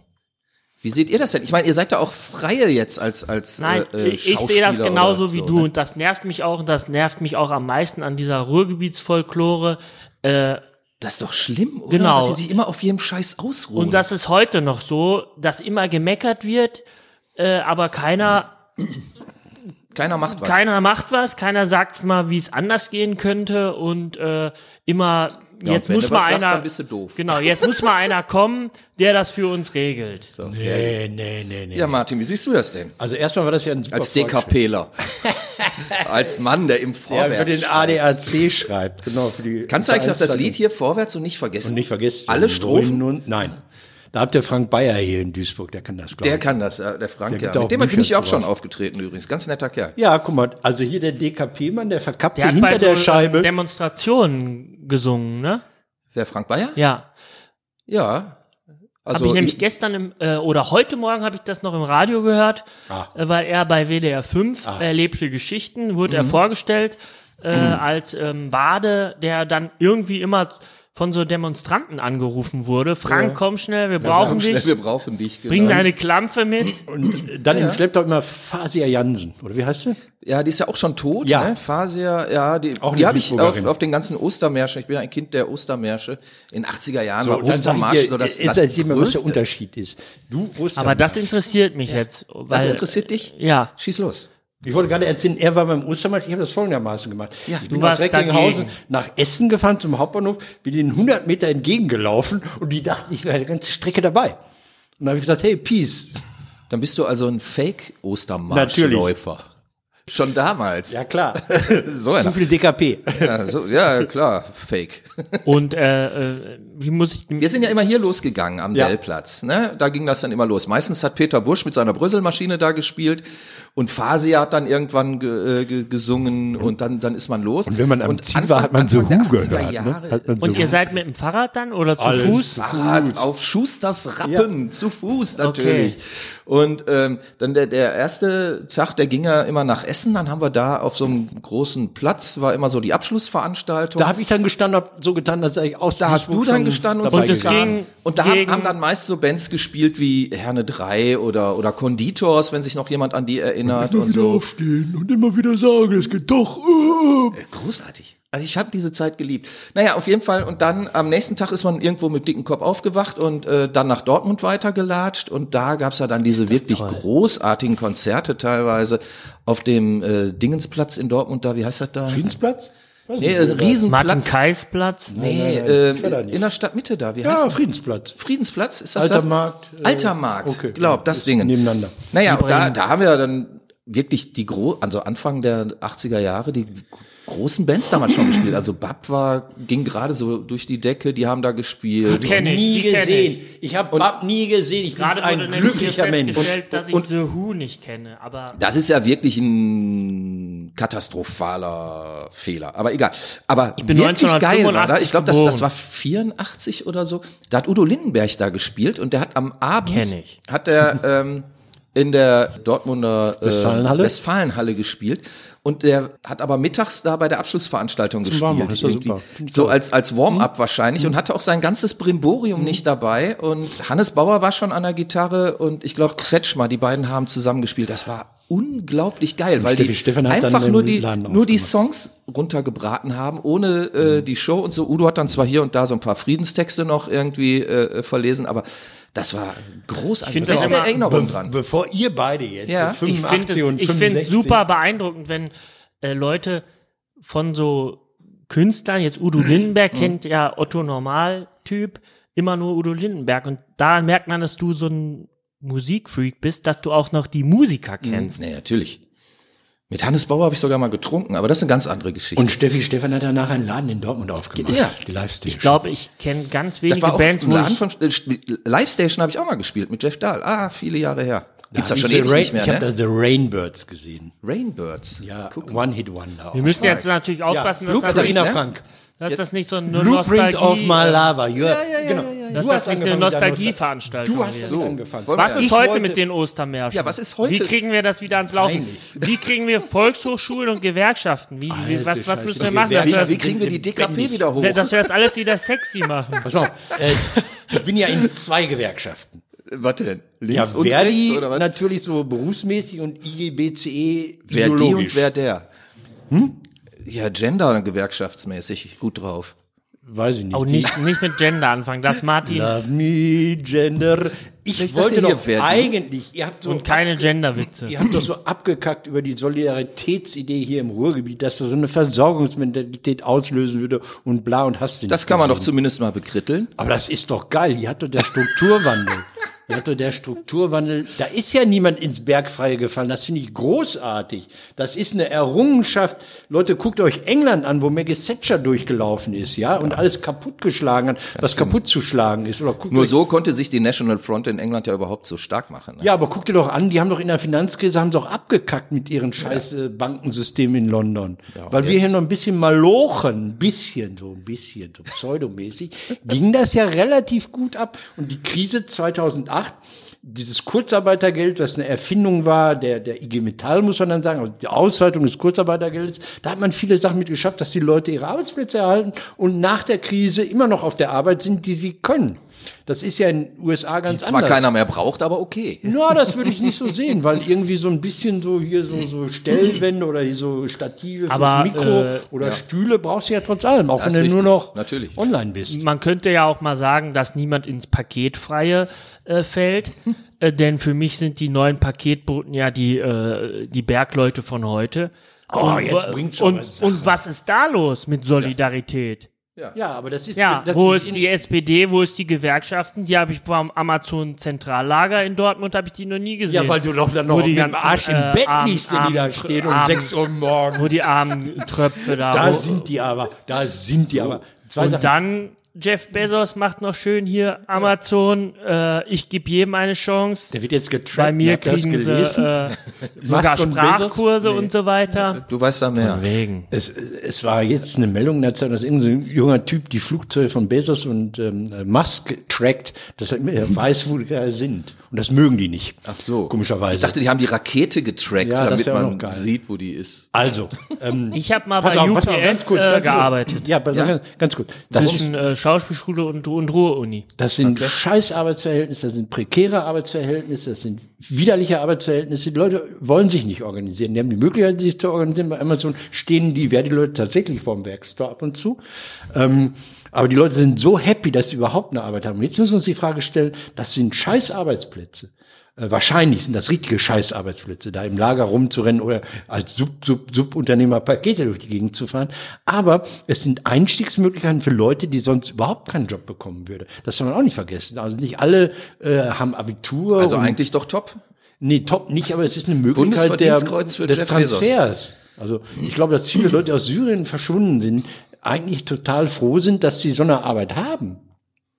A: Wie seht ihr das denn? Ich meine, ihr seid ja auch Freie jetzt als, als
B: Nein,
A: äh, äh,
B: ich- ich sehe das
A: Schauspieler
B: genauso
A: oder
B: wie
A: so,
B: du
A: ne?
B: und das nervt mich auch und das nervt mich auch am meisten an dieser Ruhrgebietsfolklore. Äh,
A: Das ist doch schlimm, oder?
B: Genau.
A: Dass die sich immer auf jedem Scheiß ausruhen.
B: und das ist heute noch so, dass immer gemeckert wird, äh, aber keiner,
A: Keiner macht was.
B: keiner macht was, keiner sagt mal, wie es anders gehen könnte und äh, immer
A: Ja,
B: jetzt
A: und wenn
B: muss
A: du
B: mal
A: was
B: einer
A: sagst, dann bist du doof.
B: genau jetzt muss mal einer kommen, der das für uns regelt.
C: Nee, nee, nee, nee.
A: Ja, Martin, wie siehst du das denn?
C: Also erstmal war das ja ein super
A: Als
C: Fortschritt.
A: DKPler. (laughs) als Mann, der im
C: Der
A: Vorwärts
C: für den
A: schreibt.
C: ADAC schreibt. Genau, für die
A: Kannst du eigentlich noch das
C: Zeitung.
A: Lied hier vorwärts und nicht vergessen?
C: Und nicht vergessen.
A: Alle Strophen?
C: Ruinen Und, nein. Da habt ihr Frank Bayer hier in Duisburg, der kann das, glaube
A: Der
C: ich.
A: kann das, äh, der Frank,
C: Der
A: ja.
C: gibt auch
A: Mit dem bin
C: Bücher
A: ich auch
C: zu
A: schon
C: was.
A: aufgetreten übrigens. Ganz netter Kerl.
C: Ja, guck mal, also hier der DKP-Mann, der verkappte
B: Der hat
C: hinter
B: bei
C: der
B: so, ähm,
C: Scheibe.
B: Demonstrationen gesungen, ne?
A: Der Frank Bayer?
B: Ja.
A: Ja. Also
B: habe ich nämlich gestern im, äh, oder heute Morgen habe ich das noch im Radio gehört,
C: Ah.
B: äh, weil er bei WDR 5 erlebte Geschichten, wurde er vorgestellt äh, als ähm, Bade, der dann irgendwie immer von so Demonstranten angerufen wurde. Frank, komm schnell, wir brauchen
A: schnell,
B: dich.
A: Wir brauchen dich. Genau.
B: Bring deine Klampfe mit.
C: Und dann im Schlepptau immer Fasia Jansen. Oder wie heißt sie?
A: Ja, die ist ja auch schon tot.
C: Ja.
A: Ne? Fasia, ja, die,
C: Auch
A: die
C: eine
A: habe ich auf,
C: Duisburgerin.
A: auf den ganzen Ostermärschen. Ich bin ja ein Kind der Ostermärsche. In 80er Jahren war
C: und dann sag ich
A: Ostermarsch
C: dir,
A: so das,
C: jetzt
A: das
C: erzähl mir, was
A: Größte.
C: der Unterschied ist. Du Ostermarsch.
B: Aber das interessiert mich jetzt. Weil,
A: Das interessiert dich?
B: Ja.
A: Schieß los.
C: Ich wollte gerade erzählen, er war beim Ostermarsch, ich habe das folgendermaßen gemacht.
A: Ja,
C: ich
A: du
C: bin
B: warst
C: aus Recklinghausen
B: dagegen.
C: nach Essen gefahren zum Hauptbahnhof, bin ihnen 100 Meter entgegengelaufen und die dachten, ich wäre die ganze Strecke dabei. Und dann habe ich gesagt, hey, Peace.
A: Dann bist du also ein Fake-Ostermarschläufer. Schon damals.
C: Ja, (laughs) klar.
A: so
C: Zu
A: einer.
C: viel DKP.
A: Ja, so, (laughs) ja, klar, Fake.
B: Und äh, äh, wie muss ich
A: Wir sind ja immer hier losgegangen am
C: Ja.
A: Dellplatz. Ne? Da ging das dann immer los. Meistens hat Peter Busch mit seiner Brüsselmaschine da gespielt und Fasia hat dann irgendwann ge, äh, ge, gesungen und dann, dann ist man los. Und
C: wenn man am Ziel war, hat man so Hu gehört, ne? Hat man so
B: Und ihr seid mit dem Fahrrad dann oder zu
C: Alles
B: Fuß?
C: zu
A: Fahrrad auf Schusters Rappen, zu Fuß natürlich. Und ähm, dann der, der erste Tag, der ging ja immer nach Essen, dann haben wir da auf so einem großen Platz, war immer so die Abschlussveranstaltung.
C: Da habe ich dann gestanden, hab so getan, dass ich aus
A: Da hast du dann gestanden
B: dabei
A: und,
B: es
A: getan.
B: ging
A: und da haben,
B: gegen-
A: haben dann meist so Bands gespielt wie Herne 3 oder oder Konditors, wenn sich noch jemand an die erinnert und
C: (laughs) Also
A: so.
C: aufstehen und immer wieder sagen, es geht doch. äh.
A: Großartig. Also ich habe diese Zeit geliebt. Naja, auf jeden Fall. Und dann am nächsten Tag ist man irgendwo mit dicken Kopf aufgewacht und äh, dann nach Dortmund weitergelatscht. Und da gab's ja dann diese wirklich großartigen Konzerte teilweise auf dem äh, Dingensplatz in Dortmund da. Wie heißt das da?
C: Friedensplatz? Weiß
A: Nee,
C: nicht,
A: ein
C: oder-
B: Martin
A: Riesenplatz.
B: Keisplatz?
A: Nee,
C: nein,
A: äh,
C: Keller nicht.
A: in der Stadtmitte da. Wie heißt
C: Ja,
A: das?
C: Friedensplatz.
A: Friedensplatz ist das
C: Alter
A: das?
C: Markt, äh,
A: Alter Markt.
C: okay.
A: Glaub, das
C: Ist
A: Ding.
C: nebeneinander.
A: Naja, und da, da haben wir dann wirklich die gro also Anfang der 80er Jahre die großen Bands damals schon gespielt. Also Bab war ging gerade so durch die Decke, die haben da gespielt.
B: Kenn ich,
C: nie
B: die kenn
C: gesehen. Ich habe Bab nie gesehen. Ich bin
B: Gerade wurde
C: ein
B: nämlich
C: glücklicher
B: hier
C: Mensch.
B: festgestellt, dass ich
A: und- Hm,
B: The Who nicht kenne, aber
A: Das ist ja wirklich ein katastrophaler Fehler. Aber egal. Aber
B: bin
A: wirklich geil war da.
B: 1985
A: Ich glaube, das, das
B: geboren.
A: war 84 oder so. Da hat Udo Lindenberg da gespielt und der hat am Abend
B: Kenn ich.
A: hat der ähm, in der Dortmunder äh,
C: Westfalenhalle?
A: Westfalenhalle gespielt. Und der hat aber mittags da bei der Abschlussveranstaltung
C: Warmmachen,
A: gespielt.
C: ist ja
A: irgendwie.
C: super. Finde ich
A: So
C: toll. Hm?
A: als, als Warm-up wahrscheinlich und hatte auch sein ganzes Brimborium nicht dabei. Und Hannes Bauer war schon an der Gitarre und ich glaube Kretschmer, die beiden haben zusammengespielt. Das war unglaublich geil, weil
C: Steffi
A: die
C: Stephan hat dann
A: einfach
C: den
A: nur die,
C: Laden
A: nur die
C: aufgemacht. Hm.
A: Songs runtergebraten haben, ohne äh, die Show und so. Udo hat dann zwar hier und da so ein paar Friedenstexte noch irgendwie äh, äh, verlesen, aber das war großartig.
B: find
A: Beste
B: das immer-
A: Erinnerung dran.
C: Bevor ihr beide jetzt,
A: Ja.
C: so
B: ich
C: 85
B: finde es
C: und
B: ich find's
C: 65.
B: super beeindruckend, wenn äh, Leute von so Künstlern, jetzt Udo
A: Hm.
B: Lindenberg kennt ja Otto Normal-Typ, immer nur Udo Lindenberg. Und da merkt man, dass du so ein Musikfreak bist, dass du auch noch die Musiker
A: Hm.
B: kennst.
A: Nee, natürlich. Mit Hannes Bauer habe ich sogar mal getrunken, aber das ist eine ganz andere Geschichte.
C: Und Steffi Stefan hat danach einen Laden in Dortmund aufgemacht.
A: Ja.
C: Die Live-Station.
B: Ich glaube, ich kenne ganz
A: das
B: wenige
A: war auch
B: Bands,
A: ein
B: wo
A: Laden
B: ich
A: von äh, Live Station habe ich auch mal gespielt mit Jeff Dahl. Ah, viele Jahre her. Gibt's ja
C: hab
A: schon
C: ich The
A: ewig
C: Rain-
A: nicht mehr,
C: Ich habe da
A: ne?
C: The Rainbirds gesehen.
A: Rainbirds.
C: Ja,
A: Guck mal.
C: One-Hit-Wonder.
B: Wir müssen jetzt natürlich aufpassen, dass,
A: Blueprint,
B: das
C: Sabrina
A: ne?
B: nicht,
C: Frank.
B: dass das nicht so eine
C: Blueprint
B: Nostalgie, äh,
C: of my lava. Ja,
A: genau.
B: dass das nicht eine Nostalgieveranstaltung
C: Du hast
B: wird.
C: damit angefangen.
A: Wollen wir
B: Was
A: Ja.
B: ist
A: Ich
B: heute
C: wollte-
B: mit den Ostermärschen?
A: Ja, was ist heute?
B: Wie kriegen wir das wieder ans Laufen?
C: Peinlich.
B: Wie kriegen wir Volkshochschulen und Gewerkschaften? Wie, wie,
C: Alte
B: was, was
C: Scheiße.
B: müssen wir machen, dass
A: Wie,
B: wir,
A: wie
B: das,
A: kriegen wir die DKP wieder hoch?
B: dass wir das alles wieder sexy
C: (laughs)
B: machen?
C: Pass mal auf, äh, (laughs) ich bin ja in zwei Gewerkschaften.
A: was denn?
C: Ja,
A: Links und
C: Verdi
A: rechts oder was?
C: natürlich so berufsmäßig und IGBCE
A: Wer die und
C: ideologisch.
A: wer der? Hm? Ja, Gender gewerkschaftsmäßig gut drauf.
C: Weiß ich nicht.
B: Auch nicht, nicht mit Gender anfangen, das Martin.
C: Love me, Gender.
A: Ich
C: Ich,
A: dachte,
C: wollte
A: hier
C: doch
A: Verdi.
C: eigentlich, ihr habt so
B: Und keine Genderwitze.
C: Ihr habt doch so abgekackt über die Solidaritätsidee hier im Ruhrgebiet, dass das so eine Versorgungsmentalität auslösen würde und bla und hast du nicht
A: Das kann man doch
C: gesehen.
A: zumindest mal bekritteln.
C: Aber das ist doch geil. Hier hat doch der Strukturwandel. Netto der Strukturwandel, da ist ja niemand ins Bergfreie gefallen. Das finde ich großartig. Das ist eine Errungenschaft. Leute, guckt euch England an, wo Maggie Thatcher durchgelaufen ist, ja, und alles kaputtgeschlagen hat, was kaputt zu schlagen ist. Oder guckt
A: Nur
C: euch,
A: so konnte sich die National Front in England ja überhaupt so stark machen. Ne?
C: Ja, aber guckt ihr doch an, die haben doch in der Finanzkrise, haben sie auch abgekackt mit ihren scheiß äh, Bankensystem in London.
A: und
C: Weil wir
A: jetzt-
C: hier noch ein bisschen malochen, ein bisschen, so ein bisschen,
A: (laughs)
C: so pseudomäßig, ging das ja relativ gut ab. Und die Krise 2008, dieses Kurzarbeitergeld, was eine Erfindung war, der, der IG Metall, muss man dann sagen, also die Ausweitung des Kurzarbeitergeldes, da hat man viele Sachen mit geschafft, dass die Leute ihre Arbeitsplätze erhalten und nach der Krise immer noch auf der Arbeit sind, die sie können. Das ist ja in den USA ganz
A: Zwar
C: anders.
A: keiner mehr braucht, aber okay.
C: Na, das würde ich nicht so sehen, weil irgendwie so ein bisschen so hier so, so Stellwände oder hier so Stative fürs
B: Aber,
C: Mikro
B: äh,
C: oder Stühle brauchst du ja trotz allem, auch
A: Das
C: wenn du
A: ist
C: nur
A: richtig,
C: noch
A: natürlich.
C: online bist.
B: Man könnte ja auch mal sagen, dass niemand ins Paketfreie äh, fällt, äh, denn für mich sind die neuen Paketboten ja die, äh, die Bergleute von heute.
C: Oh, jetzt bringt's schon
B: und,
C: was.
B: und was ist da los mit Solidarität?
C: Ja, aber das ist
B: Ja,
C: das
B: wo
C: ist
B: ist
C: in-
B: die SPD, wo ist die Gewerkschaften? Die habe ich beim Amazon Zentrallager in Dortmund, habe ich die noch nie gesehen.
C: ja, weil du doch dann
B: Wo
C: noch
B: die
C: mit dem
B: ganzen,
C: Arsch im
B: äh,
C: Bett
B: armen-
C: liegst, wenn die da
B: armen-
C: stehen um
B: armen-
C: 6 Uhr morgens.
B: wo die
C: (laughs)
B: armen Tröpfe da,
C: Da
B: wo,
C: sind die aber, da sind die aber. Zwei
B: Und
C: Sachen.
B: dann Jeff Bezos macht noch schön hier Amazon, äh, ich gebe jedem eine Chance.
C: der wird jetzt getrappt.
B: Bei mir
C: habt ihr das
B: kriegen sie
C: gelesen? (laughs)
B: äh, sogar
C: von
B: Sprachkurse
C: Bezos? Nee.
B: und so weiter.
A: Du weißt da mehr.
B: Wegen.
C: Es, es war jetzt eine Meldung in der Zeit, dass irgendein junger Typ die Flugzeuge von Bezos und ähm, Musk trackt, dass er er weiß, wo die gerade sind. Und das mögen die nicht.
A: Ach so.
C: Komischerweise.
A: Ich dachte, die haben die Rakete getrackt,
C: Ja, das
A: damit
C: wär auch
A: man
C: noch geil.
A: sieht, wo die ist.
C: also, ähm,
B: Ich habe mal
C: pass
B: bei
C: auf, pass
B: UPS
C: auf, ganz kurz,
B: äh,
C: ganz kurz.
B: gearbeitet.
C: Ja, pass auf,
A: Ja.
C: Ganz, ganz gut. Das, ist,
B: Zwischen äh, Schauspielschule und, und Ruhr-Uni.
C: das sind scheiß Arbeitsverhältnisse, das sind prekäre Arbeitsverhältnisse, das sind widerliche Arbeitsverhältnisse. Die Leute wollen sich nicht organisieren. Die haben die Möglichkeit, sich zu organisieren. Bei Amazon stehen die, wer die Leute tatsächlich vorm Werkstor ab und zu. Aber die Leute sind so happy, dass sie überhaupt eine Arbeit haben. Und Jetzt müssen wir uns die Frage stellen, das sind scheiß Arbeitsplätze. Äh, wahrscheinlich sind das richtige scheiß Arbeitsplätze, da im Lager rumzurennen oder als Sub, Sub, Subunternehmer Pakete durch die Gegend zu fahren. Aber es sind Einstiegsmöglichkeiten für Leute, die sonst überhaupt keinen Job bekommen würde. Das soll man auch nicht vergessen. Also nicht alle äh, haben Abitur.
A: Also
C: und-
A: eigentlich doch top.
C: Nee, top nicht, aber es ist eine Möglichkeit der,
A: Bundesverdienstkreuz für
C: des
A: Jeff Bezos.
C: Transfers. Also ich glaube, dass viele Leute aus Syrien verschwunden sind, eigentlich total froh sind, dass sie so eine Arbeit haben.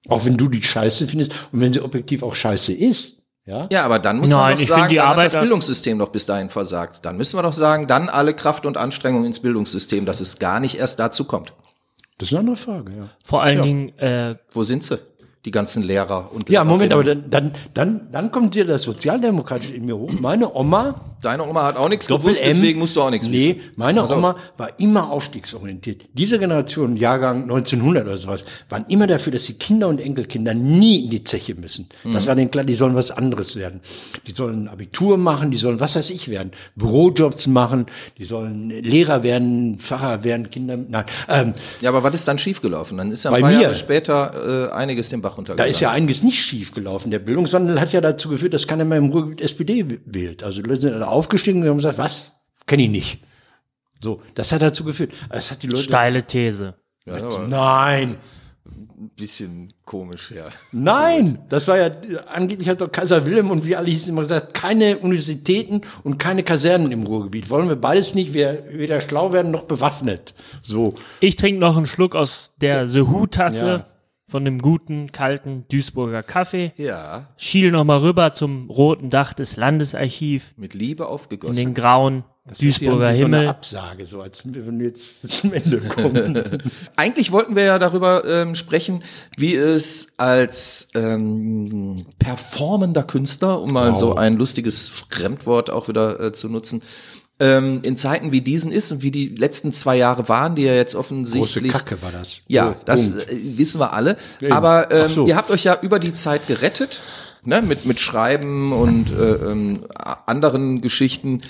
C: Auch wenn du die scheiße findest und wenn sie objektiv auch scheiße ist. Ja?
A: Ja, aber dann muss
B: Nein,
A: man
B: ich
A: doch sagen,
B: find die
A: dann
B: Arbeit-
A: hat das Bildungssystem doch bis dahin versagt. Dann müssen wir doch sagen, dann alle Kraft und Anstrengung ins Bildungssystem, dass es gar nicht erst dazu kommt.
C: Das ist eine andere Frage, ja.
B: Vor allen Dingen äh,
A: Wo sind sie? Die ganzen Lehrer und
C: Ja, Moment, aber
A: Lehrerinnen?
C: dann, dann, dann, dann kommt dir das Sozialdemokratische in mir hoch. Meine Oma
A: Deine Oma hat auch nichts gewusst,
C: Doppel-M.
A: deswegen musst du auch nichts
C: Nee,
A: wissen.
C: meine
A: Also-
C: Oma war immer aufstiegsorientiert. Diese Generation, Jahrgang 1900 oder sowas, waren immer dafür, dass die Kinder und Enkelkinder nie in die Zeche müssen. Das war denen klar, die sollen was anderes werden. Die sollen Abitur machen, die sollen was weiß ich werden, Bürojobs machen, die sollen Lehrer werden, Pfarrer werden, Kinder, nein, ähm,
A: Ja, aber was ist dann schiefgelaufen? Dann ist ja ein
C: Bei
A: paar
C: mir.
A: Jahre später äh, einiges den Bach
C: Da
A: runtergegangen.
C: ist ja einiges nicht schief gelaufen. Der Bildungswandel hat ja dazu geführt, dass keiner mehr im Ruhrgebiet SPD wählt. Also die Leute sind alle aufgestiegen und haben gesagt, was? Kenne ich nicht. So, das hat dazu geführt. Das hat die Leute.
B: steile These.
A: ja, aber
C: Nein,
A: ein bisschen komisch, ja.
C: nein, das war ja, angeblich hat doch Kaiser Wilhelm und wie alle hießen immer gesagt, keine Universitäten und keine Kasernen im Ruhrgebiet. Wollen wir beides nicht, wir weder schlau werden noch bewaffnet. So,
B: Ich trinke noch einen Schluck aus der Sehu-Tasse
C: Ja.
B: von dem guten, kalten Duisburger Kaffee.
A: Ja,
B: Schiel noch mal rüber zum roten Dach des Landesarchiv
A: mit Liebe
B: in
A: aufgegossen.
B: den grauen Duisburger
C: Das ist ja So eine
B: Himmel.
C: Absage, so als wenn wir jetzt (laughs) zum Ende
A: Äh,
C: kommen.
A: Eigentlich wollten wir ja darüber ähm, sprechen, wie es als ähm, performender Künstler, um mal so ein lustiges Fremdwort auch wieder äh, zu nutzen, ähm, in Zeiten wie diesen ist und wie die letzten zwei Jahre waren, die ja jetzt
C: Große
A: offensichtlich.
C: Kacke war das.
A: Ja,
C: So,
A: das
C: Punkt.
A: äh, wissen wir alle.
C: Eben.
A: Aber ähm,
C: Ach so.
A: ihr habt euch ja über die Zeit gerettet, ne, mit, mit Schreiben und äh, ähm, a- anderen Geschichten.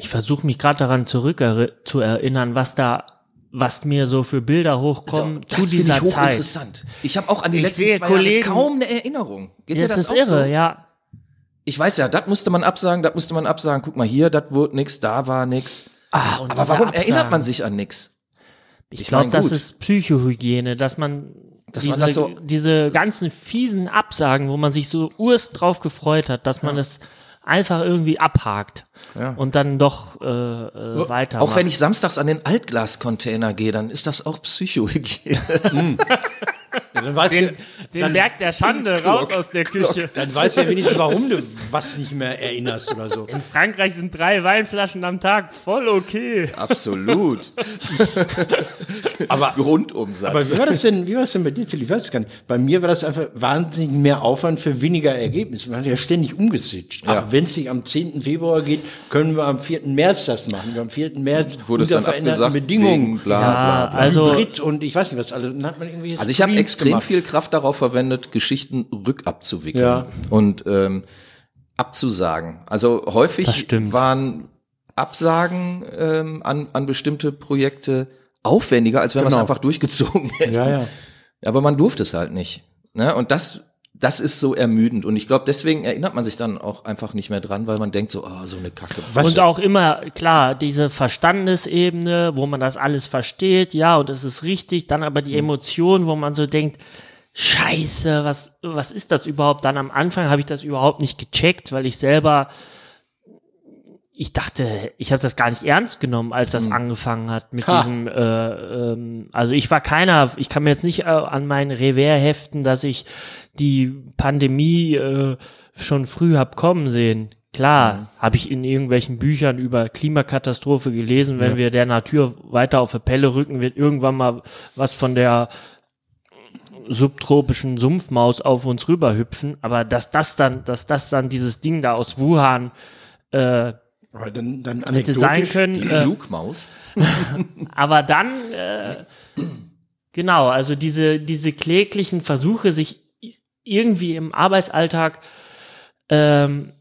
B: Ich versuche mich gerade daran zurück zu erinnern, was da, was mir so für Bilder hochkommen
A: Also, das
B: zu
A: finde
B: dieser
A: ich
B: Zeit.
A: hochinteressant. Ich habe auch an die
B: Ich
A: letzten
B: sehe
A: zwei
B: Kollegen-
A: Jahre kaum eine Erinnerung. Geht dir
B: Das
A: das
B: ist
A: auch
B: irre,
A: so?
B: ja.
A: Ich weiß ja, das musste man absagen, das musste man absagen. Guck mal hier, das wurde nix, da war nix.
B: Ah, und
A: Aber
B: diese
A: warum
B: Absagen.
A: erinnert man sich an nix?
B: Ich,
A: Ich
B: glaube,
A: mein,
B: das
A: gut.
B: ist Psychohygiene, dass man
A: Das
B: diese,
A: waren das so-
B: diese ganzen fiesen Absagen, wo man sich so urst drauf gefreut hat, dass man es einfach irgendwie abhakt
A: Ja.
B: und dann doch äh, äh, weiter.
A: Auch wenn ich samstags an den Altglascontainer gehe, dann ist das auch Psychohygiene.
C: Ja, dann weiß ja,
B: den Berg
A: (laughs)
B: der Schande raus aus der Küche.
C: dann weiß ja wenigstens, warum du was nicht mehr erinnerst oder so.
B: In Frankreich sind drei Weinflaschen am Tag voll okay.
A: (laughs) Absolut.
C: Aber
A: Grundumsatz.
C: Aber wie war das denn, wie war das denn bei dir, Philipp? Ich weiß es gar nicht. Bei mir war das einfach wahnsinnig mehr Aufwand für weniger Ergebnis. Man hat ja ständig umgeswitcht.
A: Ja.
C: Ach, wenn es nicht am 10. Februar geht, können wir am 4. März das machen. Am 4. März
A: Wurde es
C: unter
A: dann
C: veränderten
A: abgesagt
C: Bedingungen.
A: wegen bla, bla, bla.
B: also
C: Hybrid und ich weiß nicht was. Also, dann hat man irgendwie
A: Also ich habe
C: Screens
A: extrem
C: gemacht.
A: viel Kraft darauf verwendet, Geschichten rückabzuwickeln
C: Ja.
A: und ähm, abzusagen. Also
B: Das
A: häufig
B: stimmt.
A: waren Absagen ähm, an, an bestimmte Projekte aufwendiger, als wenn man
C: Genau.
A: es einfach durchgezogen (laughs) hätte.
C: Ja, ja.
A: Aber man durfte es halt nicht. Ne? Und das, das ist so ermüdend. Und ich glaube, deswegen erinnert man sich dann auch einfach nicht mehr dran, weil man denkt so, ah, so eine Kacke.
C: Was-
B: Und auch immer, klar, diese Verstandesebene, wo man das alles versteht, ja, und es ist richtig, dann aber die Emotionen, wo man so denkt, scheiße, was, was ist das überhaupt? Dann am Anfang habe ich das überhaupt nicht gecheckt, weil ich selber, ich dachte, ich habe das gar nicht ernst genommen, als das angefangen hat mit
C: Ha.
B: diesem, äh, ähm, also ich war keiner, ich kann mir jetzt nicht äh, an meinen Revers heften, dass ich die Pandemie äh, schon früh hab kommen sehen. Klar, habe ich in irgendwelchen Büchern über Klimakatastrophe gelesen, wenn wir der Natur weiter auf die Pelle rücken, wird irgendwann mal was von der subtropischen Sumpfmaus auf uns rüberhüpfen. Aber dass das dann, dass das dann dieses Ding da aus Wuhan äh,
C: Aber dann, dann
B: hätte sein
C: anekdotisch.
B: können,
A: Die
B: äh,
A: Flugmaus.
B: aber dann, äh, genau, also diese, diese kläglichen Versuche, sich i- irgendwie im Arbeitsalltag ähm,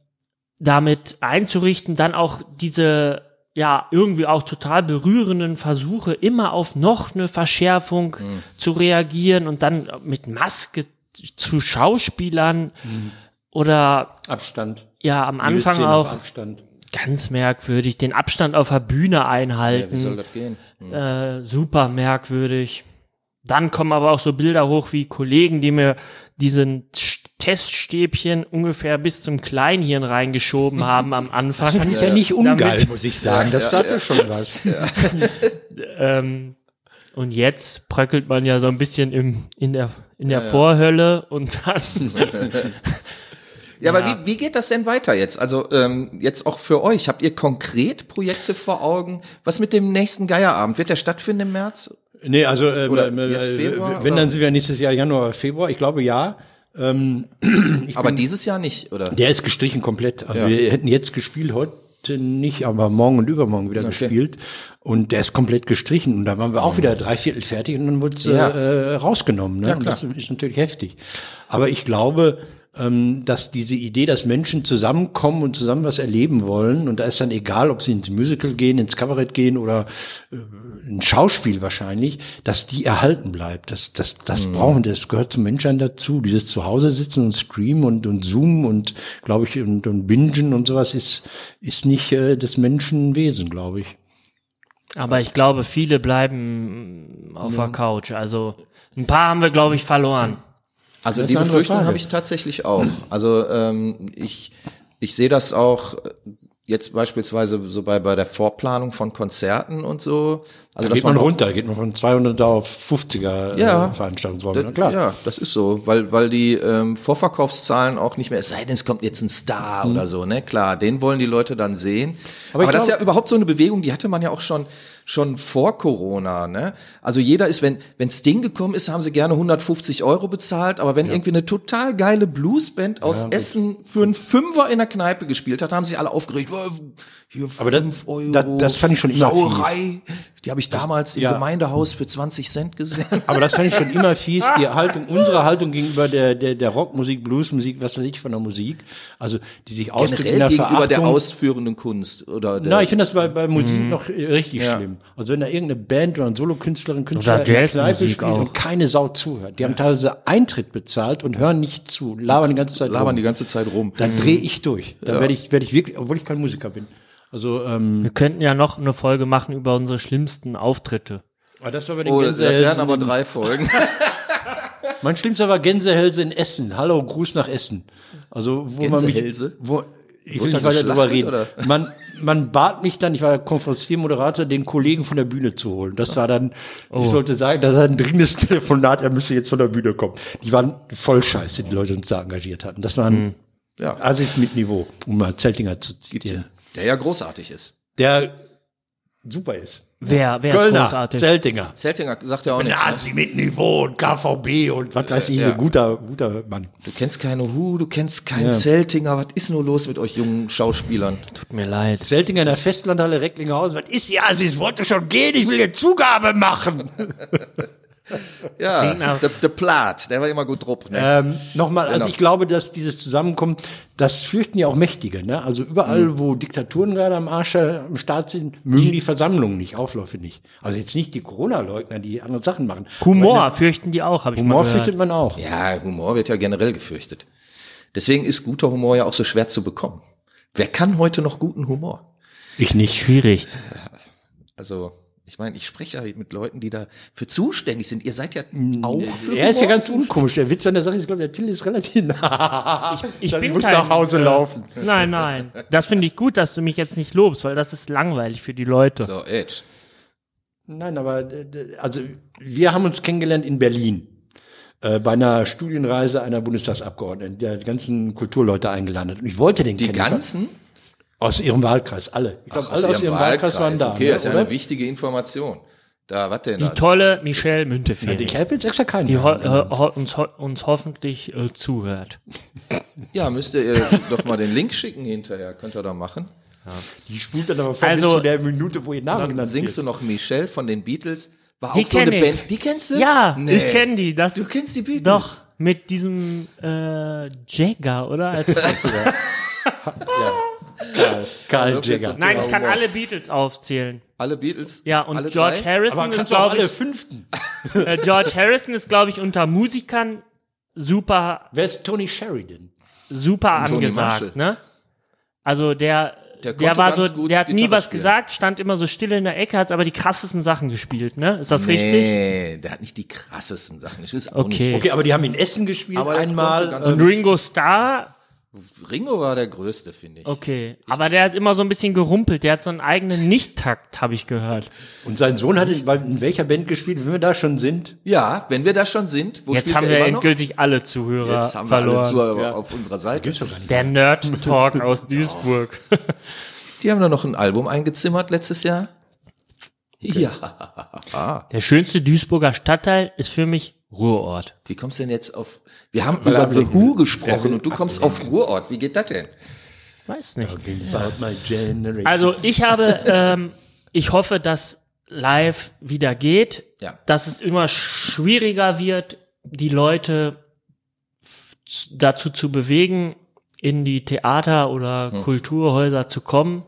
B: damit einzurichten, dann auch diese, ja, irgendwie auch total berührenden Versuche, immer auf noch eine Verschärfung
A: Mhm.
B: zu reagieren und dann mit Maske zu Schauspielern
A: Mhm.
B: oder
C: Abstand.
B: ja, am
C: Jede
B: Anfang
C: Szene auf
B: auch
C: Abstand.
B: ganz merkwürdig, den Abstand auf der Bühne einhalten
A: Wie soll das gehen?
B: äh, super merkwürdig. Dann kommen aber auch so Bilder hoch wie Kollegen, die mir diesen Sch- Teststäbchen ungefähr bis zum Kleinhirn reingeschoben haben
C: (laughs)
B: am Anfang. Äh,
C: Ja, nicht ungeil,
B: Damit-
C: muss ich sagen. Das hatte schon was.
B: Ähm, und jetzt bröckelt man ja so ein bisschen im, in der, in der
A: Ja, ja.
B: Vorhölle und dann (laughs)
A: Ja,
B: Ja.
A: aber wie, wie geht das denn weiter jetzt? Also ähm, jetzt auch für euch. Habt ihr konkret Projekte vor Augen? Was mit dem nächsten Geierabend? Wird der stattfinden im März?
C: Nee, also äh,
A: Oder
C: äh,
A: jetzt
C: äh,
A: Februar,
C: wenn,
A: oder?
C: dann sind wir nächstes Jahr Januar, Februar. Ich glaube ja.
A: aber dieses Jahr nicht, oder?
C: Der ist gestrichen komplett. Also
A: Ja.
C: wir hätten jetzt gespielt, heute nicht, aber morgen und übermorgen wieder gespielt. Und der ist komplett gestrichen. Und da waren wir auch wieder drei Viertel fertig und dann wurde es
A: Mhm. Ja.
C: äh, rausgenommen. Ne?
A: Ja,
C: und
A: klar.
C: das ist natürlich heftig. Aber ich glaube, ähm, dass diese Idee, dass Menschen zusammenkommen und zusammen was erleben wollen, und da ist dann egal, ob sie ins Musical gehen, ins Kabarett gehen oder ein Schauspiel wahrscheinlich, dass die erhalten bleibt. Das, das, das
A: Mhm.
C: brauchen, das gehört zum Menschsein dazu. Dieses Zuhause sitzen und streamen und, und zoomen und, glaube ich, und, und bingen und sowas ist, ist nicht äh, des Menschen Wesen, glaube ich.
B: Aber ich glaube, viele bleiben auf der Couch. Also ein paar haben wir, glaube ich, verloren.
A: Also
C: Das ist
A: die
C: eine andere
A: Befürchtung
C: Frage.
A: habe ich tatsächlich auch. Also ähm, ich, ich sehe das auch äh, jetzt beispielsweise so bei, bei der Vorplanung von Konzerten und so. Also
C: Da geht man
A: auch-
C: runter, geht man von 200 auf 50er
A: Ja.
C: äh, Veranstaltungsräume.
A: Da-
C: na klar.
A: Ja, das ist so, weil, weil die ähm, Vorverkaufszahlen auch nicht mehr, es sei denn, es kommt jetzt ein Star oder so, ne? Klar, den wollen die Leute dann sehen.
C: Mhm.
A: Aber,
C: Aber ich
A: das ist
C: glaub-
A: ja überhaupt so eine Bewegung, die hatte man ja auch schon, schon vor Corona, ne? Also jeder ist, wenn, wenn Sting gekommen ist, haben sie gerne 150 Euro bezahlt, aber wenn irgendwie eine total geile Bluesband aus Essen für einen Fünfer in der Kneipe gespielt hat, haben sie alle aufgeregt, "Oh, hier
C: Aber das-
A: fünf Euro.
C: das- das fand ich schon immer fies.
A: Sauerei. Die habe ich damals im
C: ja.
A: Gemeindehaus für 20 Cent gesehen.
C: Aber das fand ich schon immer fies, die Haltung, unsere Haltung gegenüber der, der, der Rockmusik, Bluesmusik, was weiß ich von der Musik. Also, die sich ausdrückt in
A: generell
C: der
A: gegenüber der
C: Verachtung.
A: ausführenden Kunst oder der
C: Na, ich finde das bei, bei Musik noch äh, richtig
A: Ja.
C: schlimm. Also wenn da irgendeine Band oder ein Solokünstlerin, Künstler in der
B: Jazzmusik
C: Kneipe spielt
B: auch.
C: und keine Sau zuhört. Die haben teilweise Eintritt bezahlt und hören nicht zu, labern die ganze Zeit
A: labern die
C: rum.
A: ganze Zeit rum.
C: Dann drehe ich durch. Dann werde ich, werde ich wirklich, obwohl ich kein Musiker bin. Also, ähm,
B: Wir könnten ja noch eine Folge machen über unsere schlimmsten Auftritte.
C: aber das war bei den
A: Oh, das
C: Gänsehälsen (laughs)
A: wären aber
C: im-
A: drei Folgen.
C: Mein schlimmster war Gänsehälse in Essen. Hallo, Gruß nach Essen. Also, wo
A: Gänsehälse?
C: man mich, wo, ich will
A: Wurde
C: nicht weiter
A: geschlachtet,
C: drüber reden.
A: oder?
C: Man, man bat mich dann, ich war Konferenziermoderator, den Kollegen von der Bühne zu holen. Das war dann,
A: Oh.
C: ich sollte sagen, das war ein dringendes Telefonat, er müsse jetzt von der Bühne kommen. Die waren voll scheiße, die Leute, die uns da engagiert hatten. Das waren
A: Ja.
C: Assis mit Niveau, um mal Zeltinger zu
A: Hm. Gibt's
C: zitieren.
A: ja. Der ja großartig ist.
C: Der super ist.
B: Wer, wer ist
C: Kölner,
B: großartig?
C: Zeltinger.
A: Zeltinger sagt ja auch nichts. Ne?
C: Nazi mit Niveau und KVB und was weiß ich,
A: Äh, ja.
C: ein guter, guter Mann.
A: Du kennst keine Hu, du kennst keinen Zeltinger. Was ist nur los mit euch jungen Schauspielern?
B: Tut mir leid.
C: Zeltinger in der Festlandhalle Recklinghausen, was ist ja, sie wollte schon gehen, ich will jetzt Zugabe machen.
A: Ja,
B: Klingt nach-
A: der, der Plath, der war immer gut drupp. Ne?
C: (laughs) ähm, Nochmal, also
A: Genau.
C: ich glaube, dass dieses Zusammenkommen, das fürchten ja auch Mächtige, ne? Also überall, wo Diktaturen gerade am Arsch äh, am Start sind, mögen die Versammlungen nicht, Aufläufe nicht. Also jetzt nicht die Corona-Leugner, die andere Sachen machen.
B: Humor fürchten die auch, habe ich
C: Humor
B: mal gehört.
C: fürchtet man auch.
A: Ja, Humor wird ja generell gefürchtet. Deswegen ist guter Humor ja auch so schwer zu bekommen. Wer kann heute noch guten Humor?
C: Ich nicht.
B: Schwierig.
A: Also, ich meine, ich spreche ja mit Leuten, die dafür zuständig sind. Ihr seid ja auch für
C: Er ist ja
A: Humor
C: ganz unkomisch. Der Witz an der Sache ist, glaube ich, der Till ist relativ (laughs) nah.
B: Ich
C: Also
B: bin
C: muss
B: kein,
C: nach Hause
B: äh,
C: laufen.
B: Nein, nein. Das finde ich gut, dass du mich jetzt nicht lobst, weil das ist langweilig für die Leute.
A: So, Edge.
C: Nein, aber äh, d- also wir haben uns kennengelernt in Berlin äh, bei einer Studienreise einer Bundestagsabgeordneten, der die ganzen Kulturleute eingeladen hat. Und ich wollte den
A: Die
C: kennen.
A: ganzen?
C: Aus ihrem Wahlkreis, alle. Ich glaube, alle aus ihrem Wahlkreis, waren da.
A: Okay,
C: ne,
A: das ist ja
C: oder?
A: eine wichtige Information. Da, was denn
B: Die
A: da?
B: tolle Michelle Müntefering,
C: ich habe jetzt extra keinen.
B: die ho
C: Namen.
B: ho ho- uns, ho uns hoffentlich äh, zuhört.
A: Ja, müsst ihr (laughs) doch mal den Link schicken hinterher. Könnt ihr da machen.
C: die spult dann aber vor
B: Also-
C: bis zu der Minute, wo ihr Name
A: Dann
C: genannt
A: singst du
C: wird.
A: noch Michelle von den Beatles. War
B: Die
A: auch so eine
B: kenn ich.
A: Band. Die kennst du?
B: Ja,
A: Nee.
B: ich kenne die. Das
A: Du kennst die Beatles?
B: Doch, mit diesem äh, Jagger, oder? Als
C: Karl
A: Lopez
C: Jäger.
A: und-
B: Nein, ich kann
A: Humor.
B: alle Beatles aufzählen.
A: Alle Beatles?
B: Ja, und
A: alle
B: George
A: drei?
B: Harrison
C: Aber
B: ist,
C: kannst du auch
B: glaube
C: alle
B: ich,
C: Fünften.
B: äh, George Harrison ist, glaube ich, unter Musikern super,
C: Wer ist Tony Sheridan?
B: super
A: Tony
B: angesagt,
A: Marshall.
B: ne? Also der,
A: Der
B: der,
A: konnte
B: war
A: ganz
B: so,
A: gut
B: der hat nie
A: Gitarre
B: was
A: spielen.
B: gesagt, stand immer so still in der Ecke, hat aber die krassesten Sachen gespielt, ne? Ist das richtig?
A: Nee, der hat nicht die krassesten Sachen. Ich weiß auch
B: Okay.
C: Okay, aber die haben in Essen gespielt
A: Aber der konnte
C: einmal.
A: ganz
B: Und Ringo Starr
A: nicht. Ringo war der größte, finde ich.
B: Okay, aber der hat immer so ein bisschen gerumpelt. Der hat so einen eigenen Nicht-Takt, habe ich gehört.
C: äh, Und sein Sohn hatte bei- in welcher Band gespielt, wenn wir da schon sind?
A: Ja, wenn wir da schon sind, wo
B: Jetzt
A: spielt
B: haben
A: der
B: wir
A: immer noch?
B: endgültig alle Zuhörer
A: Jetzt haben wir
B: verloren.
A: alle Zuhörer
C: Ja.
A: auf unserer Seite.
C: Gibt's doch gar nicht.
A: (laughs)
B: der Nerd-Talk aus Duisburg. (laughs)
A: Die haben da noch ein Album eingezimmert letztes Jahr. Ja.
B: Der schönste Duisburger Stadtteil ist für mich Ruhrort.
A: Wie kommst du denn jetzt auf? Wir haben
C: Weil
A: über
C: er will-
A: The Who
C: er will
A: gesprochen und du kommst auf Ruhrort. Wie geht das denn?
B: Weiß nicht.
C: About my generation.
B: Also ich habe, ähm, ich hoffe, dass live wieder geht,
A: Ja.
B: dass es immer schwieriger wird, die Leute f- dazu zu bewegen, in die Theater oder
A: Hm.
B: Kulturhäuser zu kommen.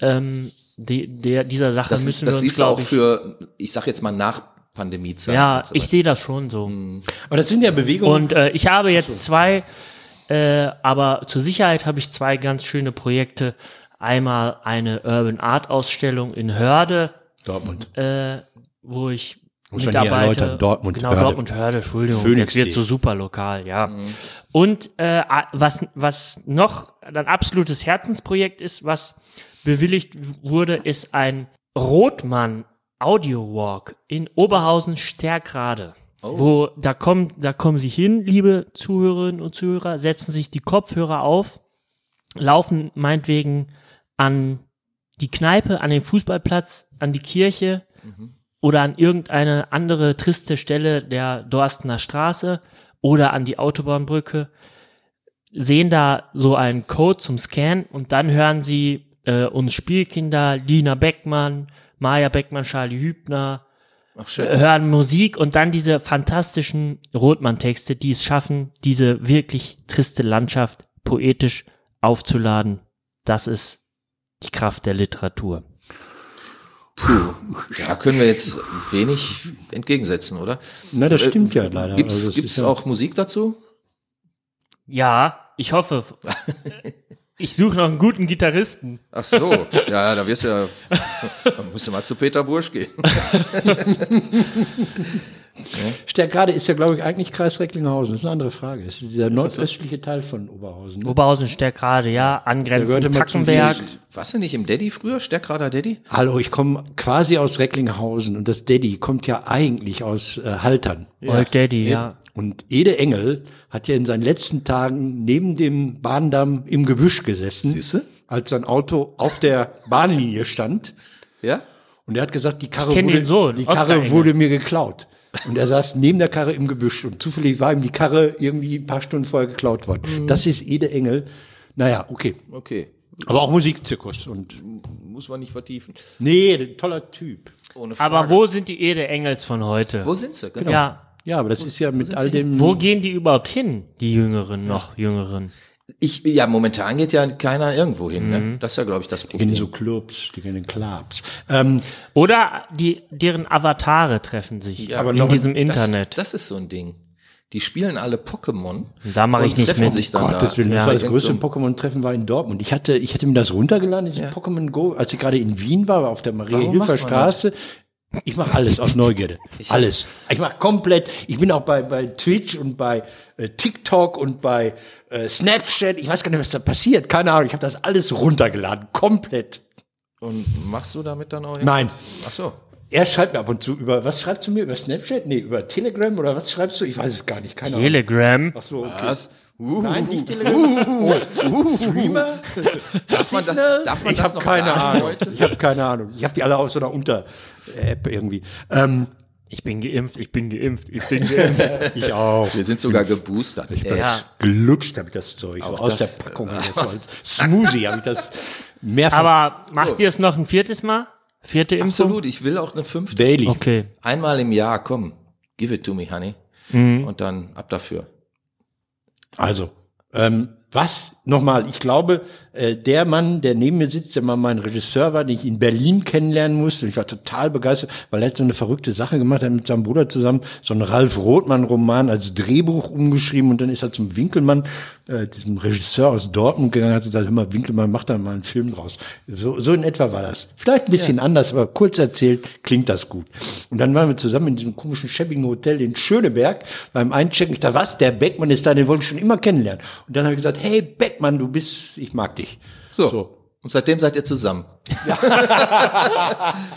B: Ähm, die, der, dieser Sache
A: Das,
B: müssen
A: das
B: wir uns,
A: siehst du auch
B: glaube ich.
A: für, ich sag jetzt mal nach Pandemiezeit.
B: ja,
A: und so
B: ich
A: weiter. Hm.
B: sehe das schon so.
C: aber das sind ja Bewegungen.
B: Und äh, ich habe jetzt zwei, äh, aber zur Sicherheit habe ich zwei ganz schöne Projekte. Einmal eine Urban Art Ausstellung in Hörde,
C: Dortmund.
B: äh, wo ich
C: Muss man hier
B: mitarbeite.
C: erläutern, Dortmund,
B: genau,
C: Hörde.
B: Dortmund Hörde, Entschuldigung,
C: Phoenix
B: jetzt wird
C: See.
B: so super lokal, ja. Und äh, was, was noch ein absolutes Herzensprojekt ist, was bewilligt wurde, ist ein Rotmann Audio Walk in Oberhausen Stärkrade. Wo da kommen, da kommen sie hin, liebe Zuhörerinnen und Zuhörer, setzen sich die Kopfhörer auf, laufen meinetwegen an die Kneipe, an den Fußballplatz, an die Kirche oder an irgendeine andere triste Stelle der Dorstener Straße oder an die Autobahnbrücke, sehen da so einen Code zum Scan und dann hören sie äh, uns Spielkinder, Lina Beckmann, Maja Beckmann, Charlie Hübner,
A: Ach,
B: äh,
A: schön.
B: hören Musik und dann diese fantastischen Rothmann-Texte, die es schaffen, diese wirklich triste Landschaft poetisch aufzuladen. Das ist die Kraft der Literatur.
A: Puh, da können wir jetzt wenig entgegensetzen, oder?
C: Na, das stimmt ja
A: Äh,
C: leider.
A: Gibt's,
C: Also das
A: gibt's
C: ist ja-
A: auch Musik dazu?
B: Ja, ich hoffe. Ich suche noch einen guten Gitarristen.
A: Ach so,
C: (laughs)
A: ja, ja, da wirst du ja, dann musst du mal zu Peter Bursch gehen.
C: Stärkade ist ja, glaube ich, eigentlich Kreis Recklinghausen. Das ist eine andere Frage. Das ist dieser nordöstliche Teil von Oberhausen. Ne?
B: Oberhausen Stärkrade, ja, angrenzend
C: gehörte mal zum
B: Tackenberg.
A: Warst du nicht im Daddy früher? Stärkrader Daddy?
C: Hallo, ich komme quasi aus Recklinghausen und das Daddy kommt ja eigentlich aus äh, Haltern.
B: Old Daddy, ja.
C: Und Ede Engel hat ja in seinen letzten Tagen neben dem Bahndamm im Gebüsch gesessen,
A: Siehste?
C: als sein Auto auf der Bahnlinie stand.
A: Ja?
C: Und er hat gesagt, die Karre,
B: Ich kenn
C: wurde,
B: den Sohn,
C: die
B: Oskar
C: Karre
B: Engel.
C: wurde mir geklaut. Und er saß neben der Karre im Gebüsch und zufällig war ihm die Karre irgendwie ein paar Stunden vorher geklaut
B: Mhm.
C: worden. Das ist Ede Engel. Naja, okay.
A: Okay.
C: Aber auch Musikzirkus und
A: Muss man nicht vertiefen.
C: nee, ein toller Typ.
A: Ohne Frage.
B: Aber wo sind die Ede Engels von heute?
A: Wo sind sie? Genau.
B: ja.
C: Ja, aber das ist ja mit all dem
B: Wo gehen die überhaupt hin, die Jüngeren, noch Jüngeren?
A: Ich, ja, momentan geht ja keiner irgendwo hin.
B: Mhm.
A: Ne? Das ist ja, glaube ich, das
C: in
A: Problem.
C: so Clubs, die kennen Clubs. Ähm,
B: Oder die, deren Avatare treffen sich
A: Ja,
C: aber
B: in
C: noch-
B: diesem
A: Das-
B: Internet.
A: Das ist so ein Ding. Die spielen alle Pokémon.
B: Da mache
A: und
B: ich nicht
A: treffen
B: mit.
A: Sich dann
C: Gottes
A: da.
C: Willen, das
B: Ja,
C: war das
A: irgend
C: größte
A: so ein-
C: Pokémon-Treffen war in Dortmund. Ich hatte, ich hatte mir das runtergeladen, dieses Pokémon Go, als ich gerade in Wien war, war auf der
A: Warum macht man
C: Maria-Hilfer Straße. Ich mache alles aus Neugierde. alles. Ich mache komplett. Ich bin auch bei, bei Twitch und bei äh, TikTok und bei äh, Snapchat. Ich weiß gar nicht, was da passiert. Keine Ahnung. Ich habe das alles runtergeladen. Komplett.
A: Und machst du damit dann auch
C: Nein.
A: irgendwas? Ach so.
C: Er schreibt mir ab und zu über, was schreibst du mir? Über Snapchat? Nee, über Telegram oder was schreibst du? Ich weiß es gar nicht. Keine Ahnung.
B: Telegram.
C: Ach so,
A: (laughs)
C: okay.
A: Was? Uh,
C: Nein, nicht Telegram. Oh, Streamer?
A: darf man das, darf man
C: ich
A: das
C: habe
A: noch
C: keine
A: sagen
C: Ahnung.
A: heute?
C: Ich habe keine Ahnung. Ich habe die alle aus so einer Unter-App irgendwie. Ähm,
B: Ich bin geimpft, ich bin geimpft, ich (laughs) bin geimpft.
A: (laughs)
C: ich auch.
A: Wir sind sogar geboostert. Ey,
B: Ja.
C: Gelutscht habe ich das Zeug. so aus
A: das-
C: der Packung.
A: (laughs)
C: Das war als Smoothie habe ich das mehrfach.
B: Aber macht ihr es noch ein viertes Mal? Vierte Impfung?
A: Absolut, ich will auch eine fünfte.
C: daily.
B: Okay.
A: Einmal im Jahr, komm, give it to me, honey.
B: Mhm.
A: Und dann ab dafür.
C: Also, ähm, was? Nochmal, ich glaube, äh, der Mann, der neben mir sitzt, der mal mein Regisseur war, den ich in Berlin kennenlernen musste, ich war total begeistert, weil er hat so eine verrückte Sache gemacht hat mit seinem Bruder zusammen, so einen Ralf Rothmann-Roman als Drehbuch umgeschrieben und dann ist er zum Winkelmann, äh, diesem Regisseur aus Dortmund gegangen, hat gesagt, hör mal, Winkelmann, mach da mal einen Film draus. So, so in etwa war das. Vielleicht ein bisschen anders, aber kurz erzählt klingt das gut. Und dann waren wir zusammen in diesem komischen, schäbigen Hotel in Schöneberg beim Einchecken. Ich dachte, was, der Beckmann ist da, den wollte ich schon immer kennenlernen. Und dann habe ich gesagt, hey Beckmann, du bist, ich mag dich.
A: So. Und seitdem seid ihr (laughs) zusammen. das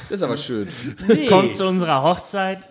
A: ist aber schön.
B: Kommt zu unserer Hochzeit.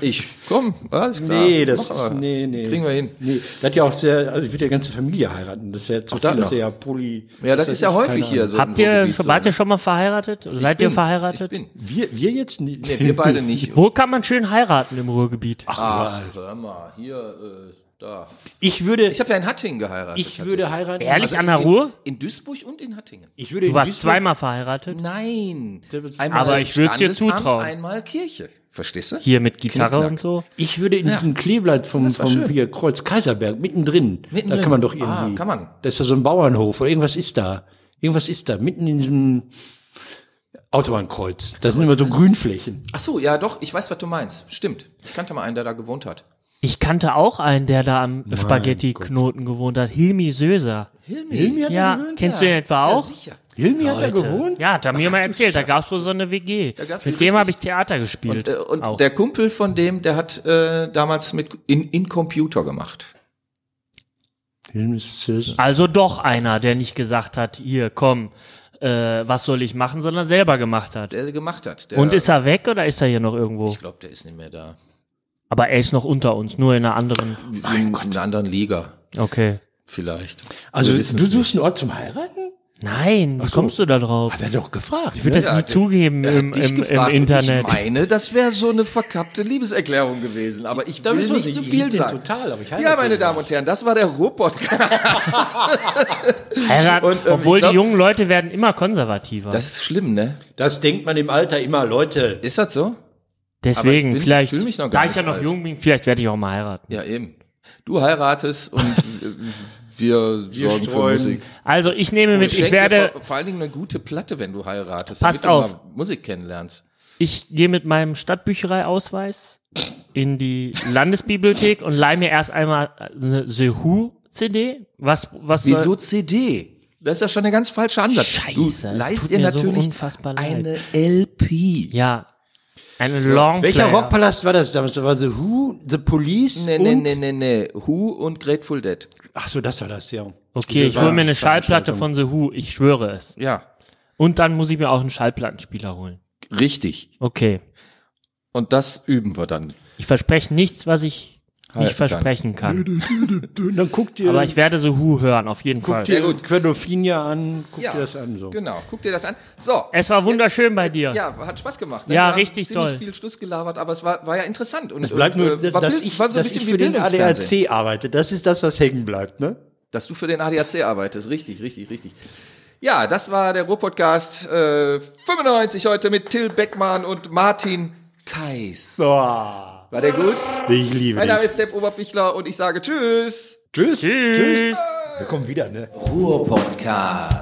A: Ich, komm, alles klar.
C: Nee, das
A: Machen
C: ist,
A: wir.
C: nee, nee.
A: Kriegen wir hin.
C: Nee, der hat ja auch sehr, also ich würde ja ganze Familie heiraten. Das wäre zu
A: das
C: viel, dass
A: noch.
C: er ja poly.
A: Ja, das ist ja häufig hier so.
B: Habt
A: im
B: ihr,
A: Ruhrgebiet
B: schon,
A: so.
B: wart ihr schon mal verheiratet? Seid ihr
A: Bin.
B: verheiratet?
A: Ich bin.
C: Wir, wir jetzt nicht.
A: Nee, wir (laughs)
C: (laughs)
A: beide nicht.
B: Wo kann man schön heiraten im Ruhrgebiet?
A: Ach, hör mal, hier, äh, da.
C: Ich würde,
A: Ich habe ja in Hattingen geheiratet. also
C: ich würde heiraten. Also,
B: Ehrlich, an der
A: in,
B: Ruhr?
A: In Duisburg und in Hattingen.
C: Ich würde
B: Du warst zweimal verheiratet?
A: Nein.
B: Aber ich würd's dir
A: Standesamt,
B: zutrauen.
A: Einmal Kirche. Verstehst du?
B: Hier mit Gitarre
A: Knickknack.
B: und so?
C: Ich würde in diesem Kleeblatt vom, vom
A: schön.
C: hier Kreuz Kaiserberg mittendrin,
A: Mittendrin.
C: da kann man doch irgendwie.
A: Ah, kann man.
C: Da ist ja so ein Bauernhof oder irgendwas ist da. Irgendwas ist da mitten in diesem Autobahnkreuz. Da sind immer so
A: ne?
C: Grünflächen.
A: Ach so, ja doch, ich weiß, was du meinst. Stimmt. Ich kannte mal einen, der da gewohnt hat.
B: Ich kannte auch einen, der da am Spaghetti-Knoten gewohnt hat. Hilmi Söser.
A: Hilmi.
C: Hilmi hat
B: Ja,
C: da gewohnt.
B: kennst du ihn etwa
A: Ja,
B: auch?
A: sicher.
C: Hilmi hat da gewohnt.
B: Ja, hat er mir mal erzählt, da gab's wohl so eine WG.
A: gab's
B: Mit
A: die
B: dem
A: richtig-
B: habe ich Theater gespielt.
A: Und, äh, und
B: auch.
A: der Kumpel von dem, der hat äh, damals mit in, in Computer gemacht.
C: Hilmi ist süß.
B: also doch einer, der nicht gesagt hat, hier, komm, äh, was soll ich machen, sondern selber gemacht hat.
A: Der gemacht hat. Der,
B: Und ist er weg oder ist er hier noch irgendwo?
A: Ich glaube, der ist nicht mehr da.
B: Aber er ist noch unter uns, nur in einer anderen.
A: in, in einer anderen Liga
B: Okay.
A: vielleicht.
C: Also
A: Wir
C: du
A: wissen's nicht.
C: suchst einen Ort zum heiraten?
B: Nein, wie
C: so.
B: kommst du da drauf?
C: Hat er doch gefragt.
B: Ich würde das
A: Ja,
B: nie
A: der-
B: zugeben
A: Er hat
B: im,
A: dich
B: im, im
A: gefragt und
B: Internet.
A: Ich meine, das wäre so eine verkappte Liebeserklärung gewesen, aber ich will
C: müssen wir
A: nicht
C: nicht-
A: zu
C: ich
A: viel
C: lieb den
A: sagen.
C: total, aber ich heirate
A: ja, meine
C: ihn
A: Damen und Herren, das war der Ruhr-Podcast.
B: Heiraten, (laughs)
A: Und, ähm, ich
B: obwohl
A: glaub-
B: die jungen Leute werden immer konservativer.
A: Das ist schlimm, ne?
C: Das denkt man im Alter immer, Leute.
A: Ist das so?
B: Deswegen,
A: aber ich bin-
B: vielleicht,
A: fühl mich noch gar
B: da ich
A: nicht
B: ja noch
A: alt.
B: jung bin, vielleicht werde ich auch mal heiraten.
A: Ja, eben. Du heiratest (laughs) und äh, wir,
C: Wir
A: sorgen
C: streuen.
A: für Musik.
B: Also ich nehme mit,
A: schenken
B: ich
A: dir
B: werde,
A: Oh, vor, vor allen Dingen eine gute Platte, wenn du heiratest,
B: Passt
A: damit
B: auf.
A: du mal Musik kennenlernst.
B: ich gehe mit meinem Stadtbüchereiausweis in die Landesbibliothek und leih mir erst einmal eine The Who CD. Was, was soll-
A: Wieso CD? Das ist ja schon ein ganz falscher Ansatz.
B: Scheiße,
A: du
B: es
A: leist
B: tut
A: ihr
B: mir so
A: natürlich
B: unfassbar leid.
A: eine LP.
B: Ja. Ein Long
C: Welcher
B: Player.
C: Rockpalast war das damals? Da war The Who, The Police
A: Nee, nee,
C: und...
A: nee, nee, nee. ne, Who und Grateful Dead.
C: Ach so, das war das, ja.
B: Okay, ich
C: war
B: hole mir eine
C: das
B: Schallplatte
C: Veranstaltung.
B: von The Who, ich schwöre es.
A: Ja,
B: Und dann muss ich mir auch einen Schallplattenspieler holen.
A: richtig.
B: Okay.
A: Und das üben wir dann.
B: Ich verspreche nichts, was ich
A: Halten
B: nicht
A: kann.
B: versprechen kann.
C: Und dann guckt ihr,
B: Aber ich werde so Hu hören, auf jeden Fall.
C: guckt ihr
A: Ja, gut.
C: Quendophinia an, guckt
A: Ja.
C: ihr das an. So.
A: Genau, guck dir das an. So.
B: Es war wunderschön bei dir.
A: Ja, hat Spaß gemacht.
B: Äh.
A: ne?
B: Ja,
A: wir haben
B: richtig
A: ziemlich
B: toll.
A: viel Schluss gelabert, aber es war, war ja interessant. Und
C: Es bleibt nur,
A: äh, war
C: dass
A: Bild-
C: ich,
A: war so ein
C: dass
A: bisschen
C: ich
A: wie
C: für den
A: Bildungsfernsehen.
C: ADAC arbeite. Das ist das, was hängen bleibt, ne?
A: Dass du für den ADAC arbeitest, richtig, richtig, richtig. Ja, das war der Ruhr-Podcast äh, 95 heute mit Till Beckmann und Martin Kais.
C: Boah,
A: War der gut?
C: ich liebe
A: Mein
C: dich.
A: Name ist Sepp Oberpichler und ich sage Tschüss.
C: Tschüss.
B: Tschüss.
C: Wir kommen wieder, ne?
A: Ruhr-Podcast.